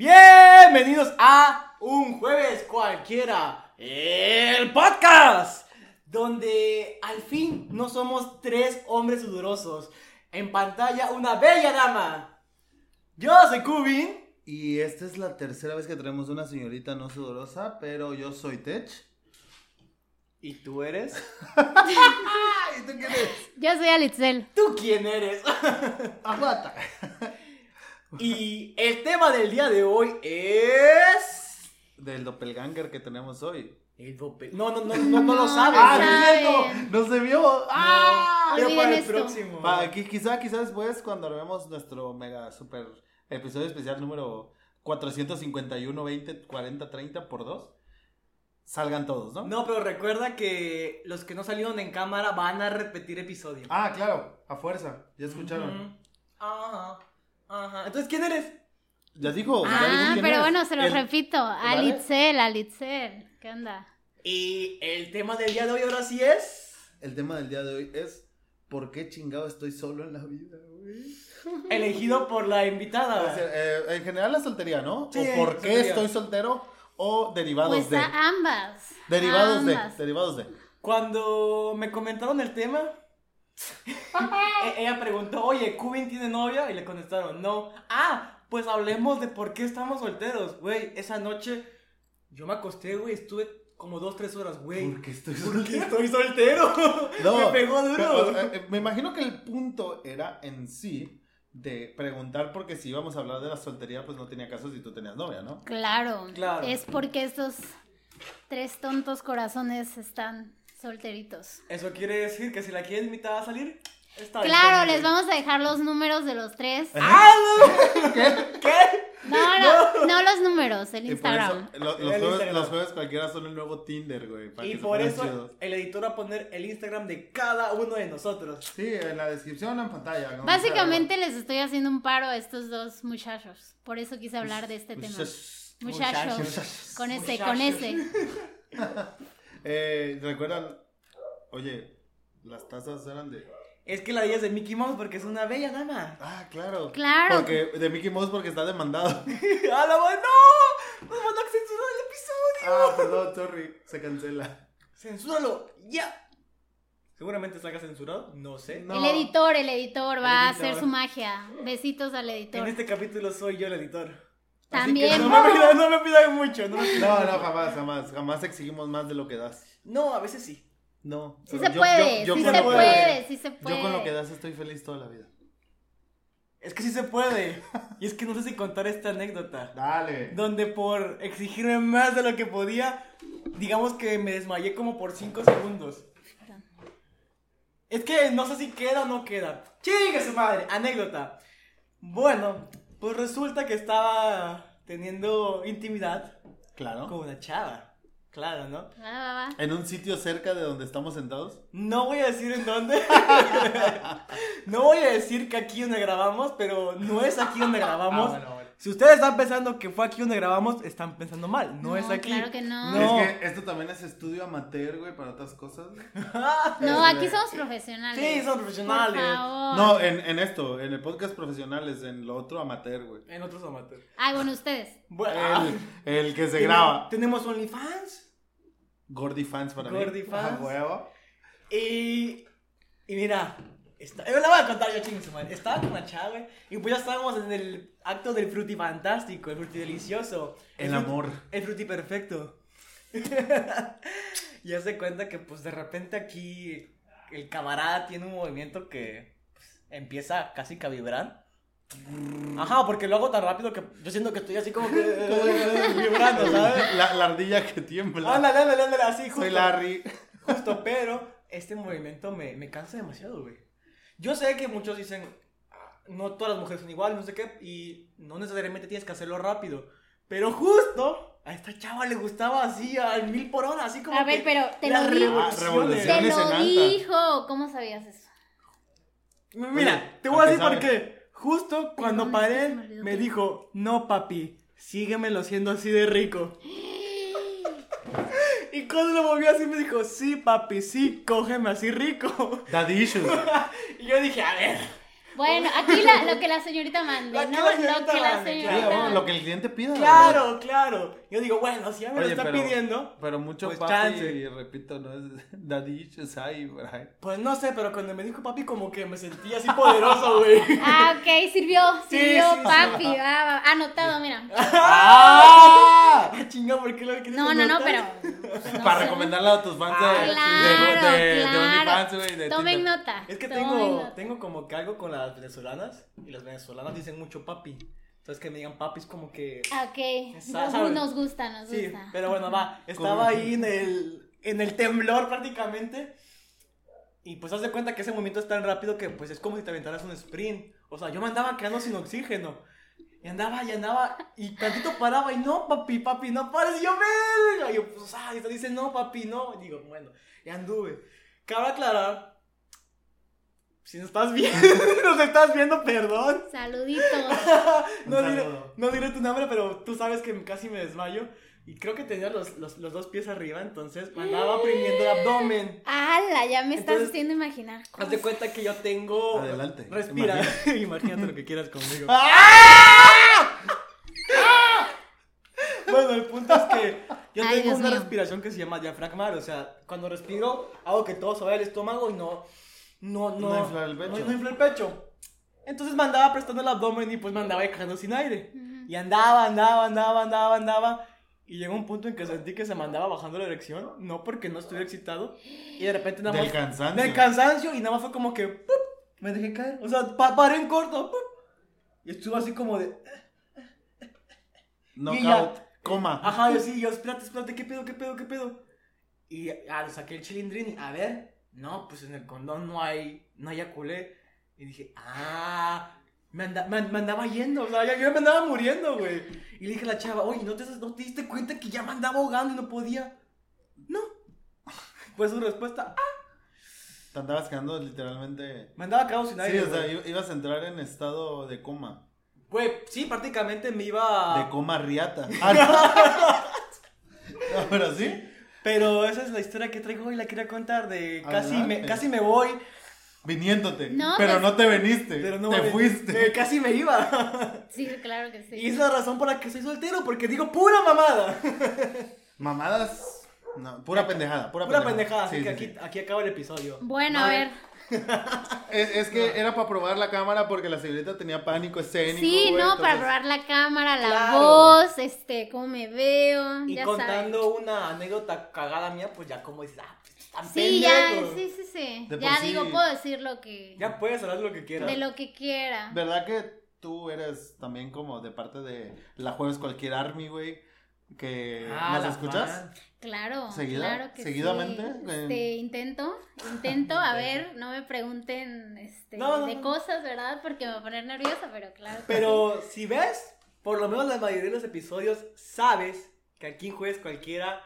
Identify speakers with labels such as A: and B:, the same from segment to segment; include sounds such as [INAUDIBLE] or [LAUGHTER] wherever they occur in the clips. A: Bienvenidos a un jueves cualquiera, el podcast, donde al fin no somos tres hombres sudorosos. En pantalla una bella dama. Yo soy Kubin.
B: Y esta es la tercera vez que traemos una señorita no sudorosa, pero yo soy Tech.
A: ¿Y tú eres? [LAUGHS]
B: ¿Y tú quién eres?
C: Yo soy Alitzel.
A: ¿Tú quién eres?
B: Aguanta.
A: y el tema del día de hoy es...
B: Del doppelganger que tenemos hoy.
A: El dope- No, no, no, no, no lo sabes.
B: ¡Ah,
A: ¿no?
B: no es
C: saben.
B: cierto! ¡No se vio! ¡Ah!
A: Pero para
C: Olviden
A: el
C: esto.
A: próximo.
B: Pa- qui- quizá, quizá después, cuando hagamos nuestro mega super episodio especial número 451, 20, 40, 30 por 2, salgan todos, ¿no?
A: No, pero recuerda que los que no salieron en cámara van a repetir episodio.
B: Ah, claro, a fuerza. Ya escucharon.
A: Ujú. Ajá, ajá. Entonces, ¿quién eres?
B: Ya dijo. ya dijo
C: Ah,
B: quién
C: pero
B: es.
C: bueno, se los
B: El-
C: repito.
B: ¿Vale?
C: Alitzel, Alitzel. ¿Qué onda?
A: Y el tema del día de hoy ahora sí es
B: El tema del día de hoy es ¿Por qué chingado estoy solo en la vida, güey?
A: elegido por la invitada.
B: O sea, eh, en general la soltería, ¿no?
A: Sí,
B: o por qué
A: soltería.
B: estoy soltero o derivados
C: Pues
B: de.
C: a ambas.
B: Derivados
C: Ambas.
B: de, derivados de.
A: Cuando me comentaron el [LAUGHS] tema, e- ella preguntó, oye, ¿Cubin tiene novia? Y le contestaron, no. Ah, pues hablemos de por qué estamos solteros, güey. Esa noche yo me acosté, güey, estuve como dos, tres horas, güey.
B: ¿Por qué estoy
A: ¿Por qué [LAUGHS]
B: soltero?
A: estoy
B: [LAUGHS]
A: soltero? me pegó duro.
B: pero, o sea, eh, me imagino que el punto era en sí de preguntar porque si íbamos a hablar de la soltería, pues no tenía caso si tú tenías novia, ¿no?
C: Claro.
A: Claro.
C: Es porque estos tres tontos corazones están solteritos.
A: Eso quiere decir que si la quieren invitar a salir, está
C: Claro,
A: disponible.
C: les vamos a dejar los números de los tres.
B: [LAUGHS]
A: ¡Ah, no! ¿Qué?
C: No, no, no los números, el
B: Y por eso,
C: Instagram.
B: eh, lo- los,
A: El
B: jueves,
A: Instagram.
B: los jueves cualquiera son el nuevo Tinder, güey. para
A: Y
B: que se
A: por
B: pongan
A: eso
B: chidos.
A: el editor va a poner el Instagram de cada uno de nosotros.
B: Sí, en la descripción o en pantalla. ¿no?
C: Básicamente les estoy haciendo un paro a estos dos muchachos. Por eso quise hablar de este tema.
B: Muchachos.
C: Muchachos.
B: Pues Muchachos.
C: Con ese, con
A: Muchachos.
C: ese.
B: Eh, ¿Recuerdan? Oye, las tazas eran de.
A: Es que la de ella es de Mickey Mouse porque es una bella dama. [LAUGHS]
B: Ah, claro.
C: Claro.
B: Porque de Mickey Mouse porque está demandado. [LAUGHS]
A: ¡A la voz! ¡No! ¡Nos van a censurar el episodio!
B: ah, perdón, sorry. Se cancela.
A: ¡Censúralo! ¡Ya! Seguramente salga censurado, no sé.
B: No.
C: El editor, el editor va a hacer
A: editor.
C: su magia. Besitos al
A: En
C: editor.
A: este capítulo soy yo el editor. Así que
C: También.
A: no, me pidan, no me pidan mucho. No, me pidan
B: No, no,
A: mucho.
B: jamás, jamás. Jamás exigimos más de lo que das.
A: No, a veces sí.
B: No.
C: Sí
B: Pero
C: se
B: yo-
C: puede,
B: yo- yo
C: sí
B: con
C: se
B: lo que-
C: puede, sí se puede.
B: Yo con lo que das estoy feliz toda la vida.
A: Es que sí se puede. Y es que no sé si contar esta anécdota.
B: Dale.
A: donde por exigirme más de lo que podía, digamos que me desmayé como por 5 segundos. Es que no sé si queda o no queda. Chingue su madre, anécdota. Bueno, pues resulta que estaba teniendo intimidad con
B: Claro.
A: una chava. Claro, ¿no?
C: Va, va, va.
B: En un sitio cerca de donde estamos sentados.
A: No voy a decir en dónde. [LAUGHS] no voy a decir que aquí donde grabamos, pero no es aquí donde grabamos.
B: Ah, bueno, bueno.
A: Si ustedes están pensando que fue aquí donde grabamos, están pensando mal. No,
C: No,
A: es aquí.
C: claro que no.
A: No.
B: Es que esto también es estudio amateur, güey, para otras cosas.
A: [LAUGHS]
C: No,
B: Este-
C: aquí somos profesionales.
A: Sí, somos profesionales.
C: Por favor.
B: No, en, en esto, en el podcast profesionales, en lo otro amateur, güey.
A: En otros amateurs.
C: Ay, Ah, bueno, ustedes.
A: Bueno,
B: El, el que se
A: ¿tiene-
B: graba.
A: Tenemos OnlyFans.
B: Gordy fans para mí.
A: Gordy fans.
B: A huevo.
A: Y. Y mira. Está, eh, la voy a contar yo, chingue su madre. Estaba con la chave. Y pues ya estábamos en el acto del fruti fantástico, el fruti delicioso.
B: El
A: fruti-
B: amor.
A: El fruti perfecto. [LAUGHS] y hace cuenta que, pues de repente aquí. El camarada tiene un movimiento que. pues, empieza casi que a vibrar. Ajá, porque lo hago tan rápido que yo siento que estoy así como que. eh, vibrando, ¿sabes?
B: La, la ardilla que tiembla.
A: Ándale, ándale, ándale, así, justo.
B: Soy Larry.
A: Justo, pero este movimiento me, me cansa demasiado, güey. Yo sé que muchos dicen, "Ah, no todas las mujeres son iguales, no sé qué, y no necesariamente tienes que hacerlo rápido. Pero justo a esta chava le gustaba así, al mil por hora, así como.
C: A ver,
A: que
C: pero te
A: las
C: lo digo.
B: Ah,
A: revoluciones.
C: Te
B: revoluciones. Opciones en
C: lo
B: alta.
C: dijo. ¿Cómo sabías eso?
A: Mira,
B: Oye,
A: te voy a
B: ¿a qué
A: decir por
B: sabe?
A: qué. Justo cuando
C: Perdón, es que
A: paré,
C: se me olvidó
A: me
C: que-
A: dijo, no, papi, síguemelo siendo así de
C: [GASPS]
A: rico. Y cuando lo moví así, me dijo, sí, papi, sí, cógeme así rico. [LAUGHS]
B: Daddy issues.
C: [LAUGHS]
A: Y yo dije, a ver.
C: Bueno, aquí la- lo que la señorita mande,
A: Lo que
C: ¿no?
A: la señorita
C: lo que la
A: mande,
C: señorita
A: claro.
B: Digo, lo que el cliente pida. güey.
A: Claro, claro. Yo digo, bueno, si ya me lo
B: Oye,
A: está
B: pero-
A: pidiendo,
B: Pero mucho
A: Pues
B: papi,
A: chance.
B: y repito, no es [LAUGHS] Daddy Shazai, ¿verdad?
A: pues no sé, pero cuando me dijo papi, como que me sentí así poderoso,
C: [LAUGHS]
A: güey.
C: Ah, ok, sirvió,
A: Sí,
C: sirvió,
A: sí, sí.
C: papi, va, va, anotado, mira.
A: ¡Ah! Chinga, ¿por qué lo que
C: No, no, no, pero. pues, no
B: Ah, Para
C: sé.
B: recomendarla a tus fans de-
C: Claro,
B: de, de, de
C: claro.
B: OnlyFans, güey, de
C: Tomen
B: Tinder.
C: nota.
A: Es que
C: tomen
A: tengo,
C: nota.
A: tengo como que algo con las venezolanas y las venezolanas dicen mucho papi. Entonces que me digan papi es como que...
C: Ah, Ok,
A: Esa-
C: Nos- nos gusta, nos
A: Sí,
C: gusta.
A: pero bueno, va.
B: ¿Cómo?
A: Estaba ahí en el, en el temblor prácticamente. Y pues haz de cuenta que ese movimiento es tan rápido que pues es como si te aventaras un sprint. O sea, yo me andaba quedando sin oxígeno. Y andaba y andaba y tantito paraba y no, papi, papi, no pares. Y yo, verga. Y yo, pues, ah, y te dice, no, papi, no. Y digo, bueno, ya anduve. Cabe aclarar. [LAUGHS] Si nos estás viendo, nos estás viendo, perdón.
C: Saluditos.
B: Un
A: No diré,
B: saludo.
A: no diré tu nombre, pero tú sabes que casi me desmayo. Y creo que tenía los, los, los dos pies arriba, entonces me andaba oprimiendo el abdomen.
C: Ala, ya me estás
A: Entonces,
C: haciendo imaginar. cosas.
A: Haz de cuenta que yo tengo.
B: Adelante,
A: Respira. [LAUGHS] Imagínate, lo que quieras conmigo. Bueno, el punto es que yo
C: Ay,
A: tengo
C: Dios
A: una
C: mío.
A: respiración que se llama diafragma. O sea, cuando respiro, hago que todo se vaya al estómago y no. No, no.
B: No inflar el pecho.
A: No, no inflar el pecho. Entonces me andaba prestando el abdomen y pues me andaba dejando sin aire.
C: Ujú.
A: Y andaba, andaba, andaba, andaba, andaba. Y llegó un punto en que sentí que se me andaba bajando la erección. No porque no estuviera excitado. Y de repente nada más.
B: Del cansancio.
A: Del cansancio. Y nada más fue como que. ¡pup! Me dejé caer. O sea, pa- paré en corto. ¡pup! Y estuve así como de.
B: Knockout,
A: Y
B: coma.
A: Ajá, yo sí, yo, espérate, espérate, ¿qué pedo, qué pedo, qué pedo? Y ah, le saqué el chilindrín, a ver, no, pues en el condón no hay, no hay aculé. Y dije, ah, me, anda- me, me andaba yendo, o sea, yo, yo me andaba muriendo, güey. Y le dije a la chava, oye, ¿no te, ¿no te diste cuenta que ya me andaba ahogando y no podía? No. [LAUGHS] Pues su respuesta, ah,
B: Te andabas quedando literalmente.
A: me andaba cagado sin
B: Sí,
A: aire.
B: o sea,
A: güey.
B: i- ibas a entrar en estado de coma.
A: Güey, sí, prácticamente me iba...
B: De coma
A: [LAUGHS]
B: riata.
A: Ah,
B: [LAUGHS] Ah, no. No, pero sí.
A: Pero esa es la historia que traigo y la quería contar de casi me,
B: Adelante.
A: casi me voy,
B: Viniéndote.
C: No,
B: pero
C: pues-
B: no te veniste.
A: pero no... Eh.
B: te
A: me-
B: fuiste.
A: me- casi me iba. [LAUGHS]
C: Sí, claro que sí.
A: Y es la razón por la que soy soltero, porque digo pura mamada.
B: Mamadas. No, pura pendejada. Pura,
A: Pura pendejada, así
B: Sí,
A: que
B: sí,
A: aquí,
B: sí.
A: aquí acaba el episodio.
C: Bueno, a
A: Madre.
C: ver.
B: Es, es que era para probar la cámara porque la señorita tenía pánico escénico.
C: Sí,
B: güey,
C: no, para
B: entonces-
C: probar la cámara, la
A: Claro.
C: voz, este, cómo me veo,
A: Y
C: ya sabes.
A: contando una anécdota cagada mía, pues ya como dices, ah, pues, tan
C: Sí,
A: pendejo.
C: ya, sí, sí, sí.
B: De
C: Ya
B: por sí-
C: digo, puedo decir lo que
A: Ya puedes hablar lo que quieras.
C: de lo que quiera.
B: ¿Verdad que tú eres también como de parte de la jueves cualquier army, güey? Que
A: Ah,
B: Eh, nos
A: la
B: escuchas.
A: fan.
C: Claro,
B: ¿Seguida?
C: claro que
B: ¿Seguidamente?
C: sí.
B: Eh.
C: Este, intento,
A: [LAUGHS]
C: intento, a ver, no me pregunten este
A: No, no,
C: de
A: no.
C: cosas, ¿verdad? Porque me voy a poner nerviosa, pero claro. que
A: Pero si ves, por lo menos la mayoría de los episodios sabes que aquí en Jueves Cualquiera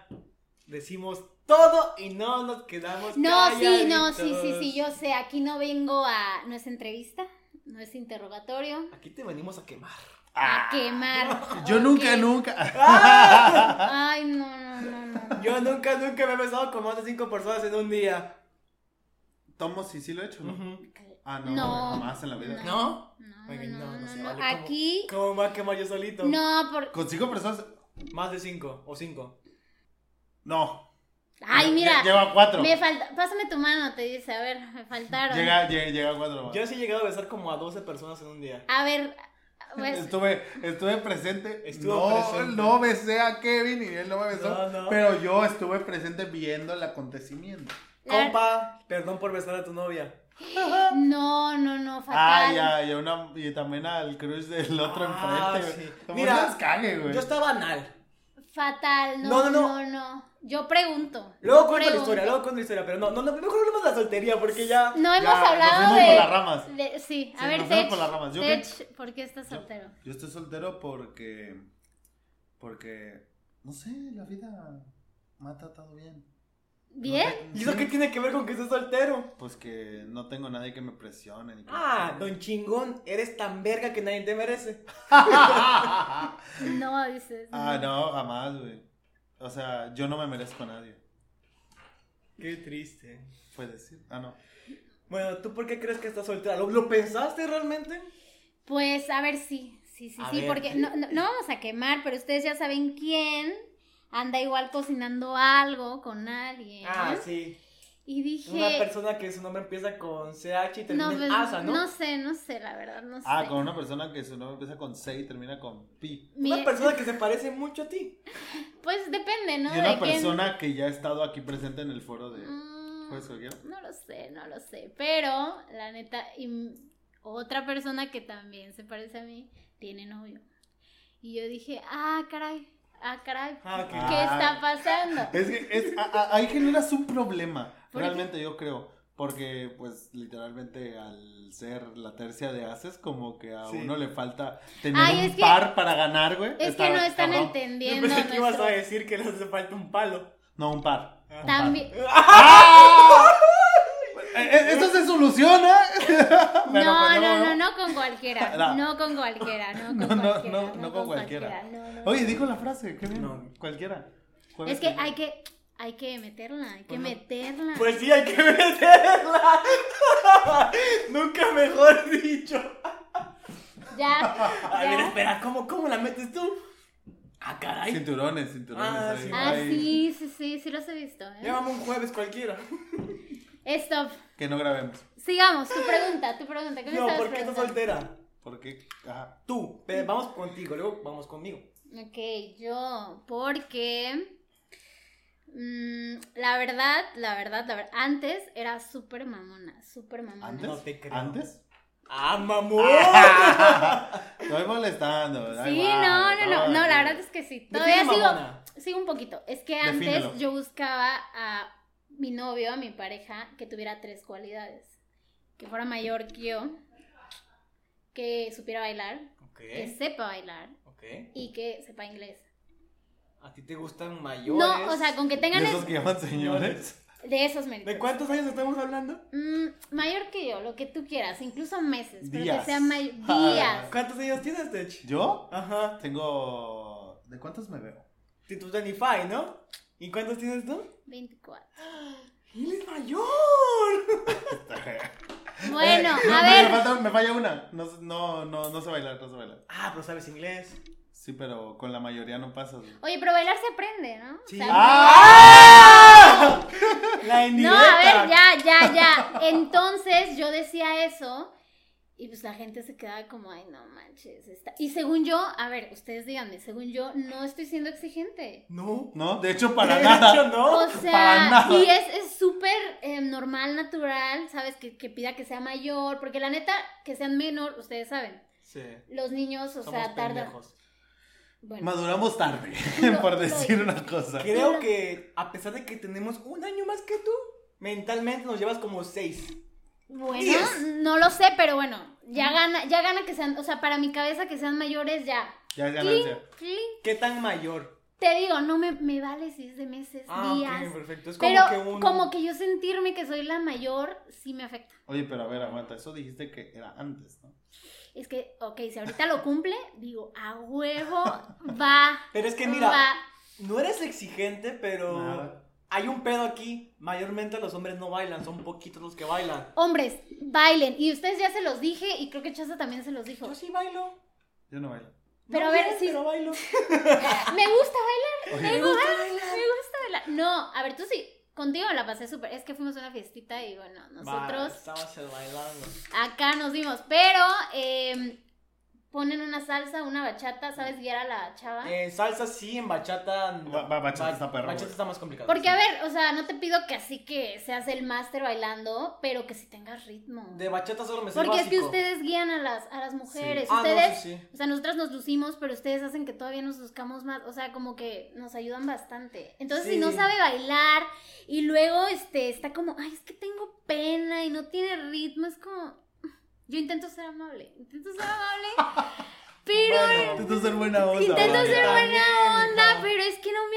A: decimos todo y no nos quedamos
C: sí. No, sí, no,
A: calladitos.
C: sí, sí, sí, yo sé, aquí no vengo a no es entrevista, no es interrogatorio,
A: Aquí te venimos a quemar.
C: a quemar.
B: Yo nunca,
C: ok.
A: [LAUGHS]
B: nunca.
C: Ay, no, no, no, no.
A: Yo nunca, nunca me he besado con más de cinco personas en un día.
B: Tomo sí, sí lo he hecho, ¿no?
A: Ujú.
B: Ah, no,
C: No.
B: jamás en la vida.
C: No.
A: ¿No?
C: No,
A: Oigan,
C: no,
A: no,
C: no,
A: no se
C: no.
A: vale. ¿Cómo?
C: Aquí,
A: ¿Cómo va a quemar yo solito?
C: no, por...
B: Con cinco personas,
A: Más de cinco o cinco.
B: no.
C: Ay,
B: Lle-
C: mira,
B: Lleva cuatro.
C: me falta... Pásame tu mano, te dice, a ver, me faltaron.
B: Llega, llega, llega a cuatro.
A: Yo sí he llegado a besar como a 12 personas en un día.
C: A ver, pues...
B: Estuve, estuve presente.
A: Estuvo
B: no,
A: presente.
B: no besé a Kevin y él no me besó.
A: No, no.
B: Pero yo estuve presente viendo el acontecimiento.
C: la-
A: Compa, perdón por besar a tu novia.
C: No, no, no,
B: Ah,
C: fatal.
B: ya, ya una, y también al crush del otro
A: Ah,
B: enfrente.
A: sí.
B: güey. Como
A: Mira,
B: no les cague, güey.
A: Yo estaba anal.
C: Fatal, no,
A: No,
C: no,
A: no,
C: no. Yo pregunto.
A: Luego
C: yo
A: cuento la
C: pregunto.
A: historia, luego cuento la historia, pero no, no, no mejor hablemos de la soltería porque ya.
C: No hemos
B: Ya, nos
C: hablado
B: fuimos
C: de...
B: por las ramas.
C: de- Sí, a
B: Sí,
C: ver,
B: nos fuimos
C: Tech,
B: por las ramas. Yo
C: Tech, ¿por qué estás soltero?
B: Yo estoy soltero porque. Porque. No sé, la vida me ha tratado bien.
C: ¿Bien?
B: No te-
A: ¿Y eso
B: sí,
A: qué tiene que ver con que estés soltero?
B: Pues que no tengo nadie que me presione. ni que-
A: Ah, don chingón, eres tan verga que nadie te merece.
C: No, dices.
B: ah, no, jamás, güey. O sea, yo no me merezco a nadie.
A: Qué triste.
B: Fue decir. Ah, no.
A: Bueno, ¿tú por qué crees que estás soltera? ¿Lo, lo pensaste realmente?
C: Pues a ver, sí, sí, sí,
A: A
C: sí,
A: ver.
C: porque no, no- no vamos a quemar, pero ustedes ya saben quién anda igual cocinando algo con alguien.
A: Ah, sí.
C: Y dije...
A: Una persona que su nombre empieza con CH y termina
C: no,
A: en
C: pues,
A: asa, ¿no?
C: no sé, no sé, la verdad, no sé.
B: Ah, con una persona que su nombre empieza con C y termina con Pi.
A: Una
C: Mire,
A: persona que se parece mucho a ti.
C: Pues depende, ¿no?
B: y una
C: de quién-
B: persona Pues, que ya ha estado aquí presente en el foro de...
C: Mm,
B: ¿Puedes seguir?
C: No lo sé, no lo sé. Pero, la neta, y m- otra persona que también se parece a mí tiene novio. Y yo dije, ah, caray, ah, caray,
A: Ah, ok.
C: ¿qué
B: Ah.
C: está pasando?
B: Es que es, a- a- ahí generas un problema,
C: ¿Por qué?
B: realmente yo creo, porque pues literalmente al ser la tercia de haces, como que a
A: Sí.
B: uno le falta tener
C: Ay,
B: un
C: es que-
B: par para ganar, güey.
C: Es
B: Está
C: que no están
B: cabrón.
A: Yo
C: entendiendo.
A: pensé que ibas a
C: nuestro-
A: decir que les hace falta un palo.
B: No, un
A: Ah.
B: par. un par.
C: También.
A: [LAUGHS]
C: Ah.
B: Eh, eh, Esto se
C: [LAUGHS]
B: soluciona. pues,
C: No, no, no, no con cualquiera.
B: No.
C: No, con cualquiera. No, con
B: No, no,
C: cualquiera,
B: no, no con cualquiera.
C: no, no.
B: Oye, pues, este, dijo la frase, qué bien.
A: No.
B: Cualquiera. ¿Cuál
C: Es que
B: el-
C: hay que, hay que meterla, hay que
A: Pues no.
C: meterla.
A: Pues sí, hay que meterla. [LAUGHS] Nunca mejor dicho.
C: Ya,
A: [LAUGHS] A ver,
C: ya.
A: espera, ¿cómo, cómo la metes tú? Ah, caray.
B: Cinturones, cinturones.
A: Ah,
B: ahí,
A: sí.
C: Ah,
B: ahí.
C: sí, sí, sí, sí los he visto. ¿eh?
A: Llámame un jueves cualquiera.
C: Stop.
B: Que no grabemos.
C: Sigamos, tu pregunta, tu pregunta. ¿Qué me
A: No,
C: estabas
A: ¿por qué estás
C: preguntando?
A: soltera?
B: Porque, ajá.
A: Tú, pero vamos contigo, luego vamos conmigo.
C: Ok, yo, porque. mm, la verdad, la verdad, la verdad. Antes era súper mamona, súper mamona.
B: ¿Antes?
A: No te creo.
B: ¿Antes?
A: ¡Ah, mamón!
C: Ah.
B: Estoy molestando. da
C: Sí,
B: igual,
C: no, no, no,
B: da
C: no, la
B: igual.
C: verdad es que sí.
A: Define
C: Todavía sigo,
A: mamona.
C: sigo un poquito. Es que antes
B: Defínelo.
C: yo buscaba a mi novio, a mi pareja, que tuviera tres cualidades. Que fuera mayor que yo, que supiera bailar,
A: Ok,
C: que sepa bailar
A: ok.
C: y que sepa inglés.
A: ¿A ti te gustan mayores?
C: No, o sea, con que tengan
B: ¿De
C: es-
B: esos que llaman señores?
C: de esos méritos.
A: ¿De cuántos años estamos hablando?
C: Mm, mayor que yo, lo que tú quieras, incluso meses, pero
B: Días.
C: que
B: [LAUGHS]
C: sea mayor.
B: Ah.
C: Días.
A: ¿Cuántos años tienes, Tech?
B: ¿Yo?
A: Ajá.
B: Tengo... ¿De cuántos me veo?
A: Si tú 25, ¿no? ¿Y cuántos tienes tú?
C: 24.
A: ¡Él es mayor!
C: [LAUGHS] Bueno,
B: Eh, no,
C: a
B: no, Me
C: ver.
B: falta, me falla una. No, sé- no, no, no sé bailar, no sé bailar.
A: [LAUGHS] Ah, pero sabes inglés.
B: Sí, pero con la mayoría no pasas. güey.
C: Oye, pero bailar se aprende, ¿no? O
A: Sí.
C: sea,
B: ¡Ah!
A: La
C: No,
A: indirecta.
C: a ver, ya, ya, ya.
B: [LAUGHS]
C: Entonces yo decía eso y pues la gente se quedaba como, ay, no manches. Está... Y según yo, a ver, ustedes díganme, según yo no estoy siendo exigente.
A: No.
B: No, de hecho, para
C: [LAUGHS]
A: De
B: nada.
A: hecho, no.
C: O
B: para
C: sea,
B: nada.
C: sí es es súper eh, normal, natural, ¿sabes? Que, que pida que sea mayor, porque la neta, que sean menor, ustedes saben.
A: Sí.
C: Los niños, o
A: Somos
C: sea, tardan.
A: pendejos.
C: Bueno,
B: Maduramos tarde,
C: [LAUGHS] Lo-
B: [LAUGHS] por
C: lo-
B: decir una cosa.
A: Creo que a pesar de que tenemos un año más que tú, mentalmente nos llevas como seis.
C: bueno,
A: Diez.
C: no lo sé, pero bueno, ya gana, ya gana que sean, o sea, para mi cabeza que sean mayores ya.
B: Ya, ya,
C: Clink,
B: ya.
C: clink.
A: ¿Qué tan mayor?
C: Te digo, no me, me vale si es de meses,
A: Ah,
C: días.
A: ok, perfecto. Es como
C: pero
A: que un.
C: como que yo sentirme que soy la mayor sí me afecta.
B: Oye, pero a ver, aguanta. Eso dijiste que era antes, ¿no?
C: Es que, ok, si ahorita lo cumple, digo, a huevo,
A: [LAUGHS]
C: va.
A: Pero es que mira,
C: va.
A: no eres exigente, pero.
B: Nada.
A: Hay un pedo aquí. Mayormente los hombres no bailan, son poquitos los que bailan.
C: Hombres, bailen. Y ustedes ya se los dije y creo que Chaza también se los dijo.
A: Yo sí bailo.
B: Yo no bailo.
C: Pero
A: No
C: a ver,
A: bien,
C: sí.
A: Pero bailo.
C: Me gusta bailar,
B: Oye.
C: me
A: Me
C: gusta,
A: gusta
C: me
A: bailar.
C: gusta bailar. No, a ver, tú sí, contigo la pasé súper. Es que fuimos a una fiestita y bueno,
A: Va,
C: nosotros
A: Estabas el bailando.
C: Acá nos dimos, pero eh, ponen una salsa, una bachata, ¿sabes guiar a la chava?
A: En Eh, salsa sí, en bachata. no.
B: Ba- ba- bachata está perro,
A: Bachata
B: güey.
A: está más complicado.
C: Porque, a ver, o sea, no te pido que así que seas el máster bailando, pero que sí tengas ritmo.
A: De bachata solo me sé
C: Porque es que
A: básico.
C: ustedes guían a las, a las
A: Sí.
C: mujeres.
A: Ah, no,
C: Ustedes,
A: sí, sí.
C: o sea, nosotras nos lucimos, pero ustedes hacen que todavía nos buscamos más. O sea, como que nos ayudan bastante. Entonces, si
A: Sí.
C: no sabe bailar y luego este está como, ay, es que tengo pena y no tiene ritmo, es como. Yo intento ser amable, intento ser
A: [LAUGHS]
C: amable, pero
B: Intento ser buena onda.
C: Intento
B: ¿verdad?
A: También,
C: ser buena onda,
A: hija.
C: pero es que no me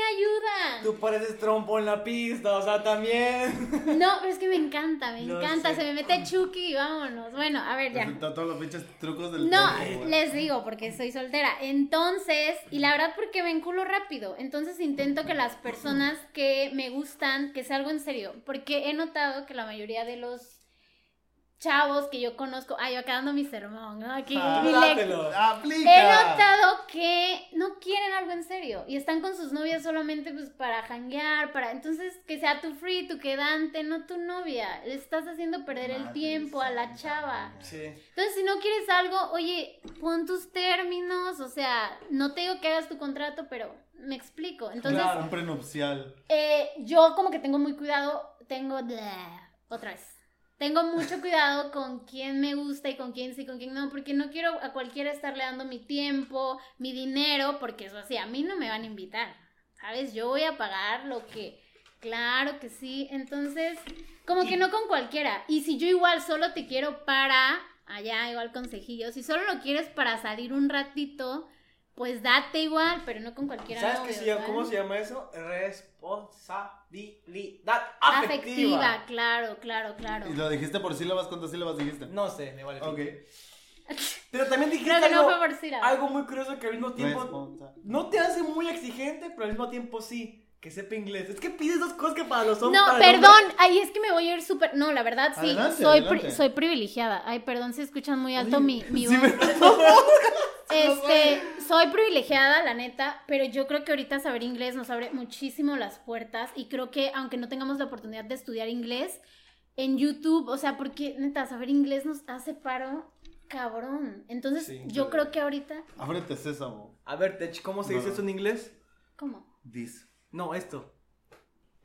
A: Tú pareces trompo en la pista, o sea,
C: [LAUGHS]
A: también.
C: ayudan. No, pero es que me encanta, me
A: Lo
C: encanta.
A: sé.
C: Se me mete Chucky y vámonos. Bueno, a ver, ya.
B: Presentó todos los pinches trucos del
C: No,
B: truco, güey.
C: les digo porque soy soltera. Entonces, y la verdad porque me enculo rápido. Entonces intento que las personas que me gustan, que sea algo en serio. Porque he notado que la mayoría de los chavos que yo conozco. Ay, yo acá dando mi sermón, ¿no? Aquí,
B: Ah,
C: mi lec-
A: dátelo.
B: ¡Aplica!
C: He notado que no quieren algo en serio y están con sus novias solamente pues para janguear, para entonces que sea tu free, tu quedante, no tu novia. Le estás haciendo perder el
B: Madre
C: tiempo a la
B: santa,
C: chava.
B: güey.
A: Sí.
C: Entonces, si no quieres algo, oye, pon tus términos, o sea, no te digo que hagas tu contrato, pero me explico. Entonces,
B: Claro, un prenupcial.
C: eh, yo como que tengo muy cuidado, tengo... bleh, otra vez. Tengo
A: [LAUGHS]
C: mucho cuidado con quién me gusta y con quién sí, con quién no, porque no quiero a cualquiera estarle dando mi tiempo, mi dinero, porque eso así, a mí no me van a invitar, ¿sabes? Yo voy a pagar lo que... Claro que sí, entonces, como que no con cualquiera. Y si yo igual solo te quiero para, allá igual consejillo, si solo lo quieres para salir un ratito, pues date igual, pero no con cualquiera.
A: ¿Sabes qué
C: novio,
A: se llama?
C: ¿sabes?
A: ¿Cómo se llama eso? Responsabilidad
C: afectiva.
A: afectiva.
C: claro, claro, claro.
B: ¿Y lo dijiste por sílabas? ¿Cuántas sílabas dijiste?
A: No sé, me vale.
B: Ok.
A: Pero también dijiste
C: Creo que no
A: algo,
C: fue por sílabas.
A: algo muy curioso que al mismo tiempo
B: Responsa-
A: no te hace muy exigente, pero al mismo tiempo sí. Que sepa inglés. Es que pides dos cosas que para los hombres.
C: No,
A: para el hombre-
C: perdón, ay, es que me voy a ir súper. No, la verdad sí,
B: Adelante,
C: soy,
B: adelante.
C: pri- soy privilegiada. Ay, perdón si escuchan muy alto
B: Oye,
C: mi, mi
B: sí
C: voz.
B: me- [LAUGHS]
C: Este, soy privilegiada, la neta, pero yo creo que ahorita saber inglés nos abre muchísimo las puertas y creo que aunque no tengamos la oportunidad de estudiar inglés en YouTube, o sea, porque neta, saber inglés nos hace paro cabrón. Entonces,
A: Sí,
C: yo
A: claro.
C: creo que ahorita,
B: Ábrete sésamo.
A: A ver, Tech, ¿cómo se dice
B: No.
A: eso en inglés?
C: ¿cómo?
B: Dis.
A: No, esto.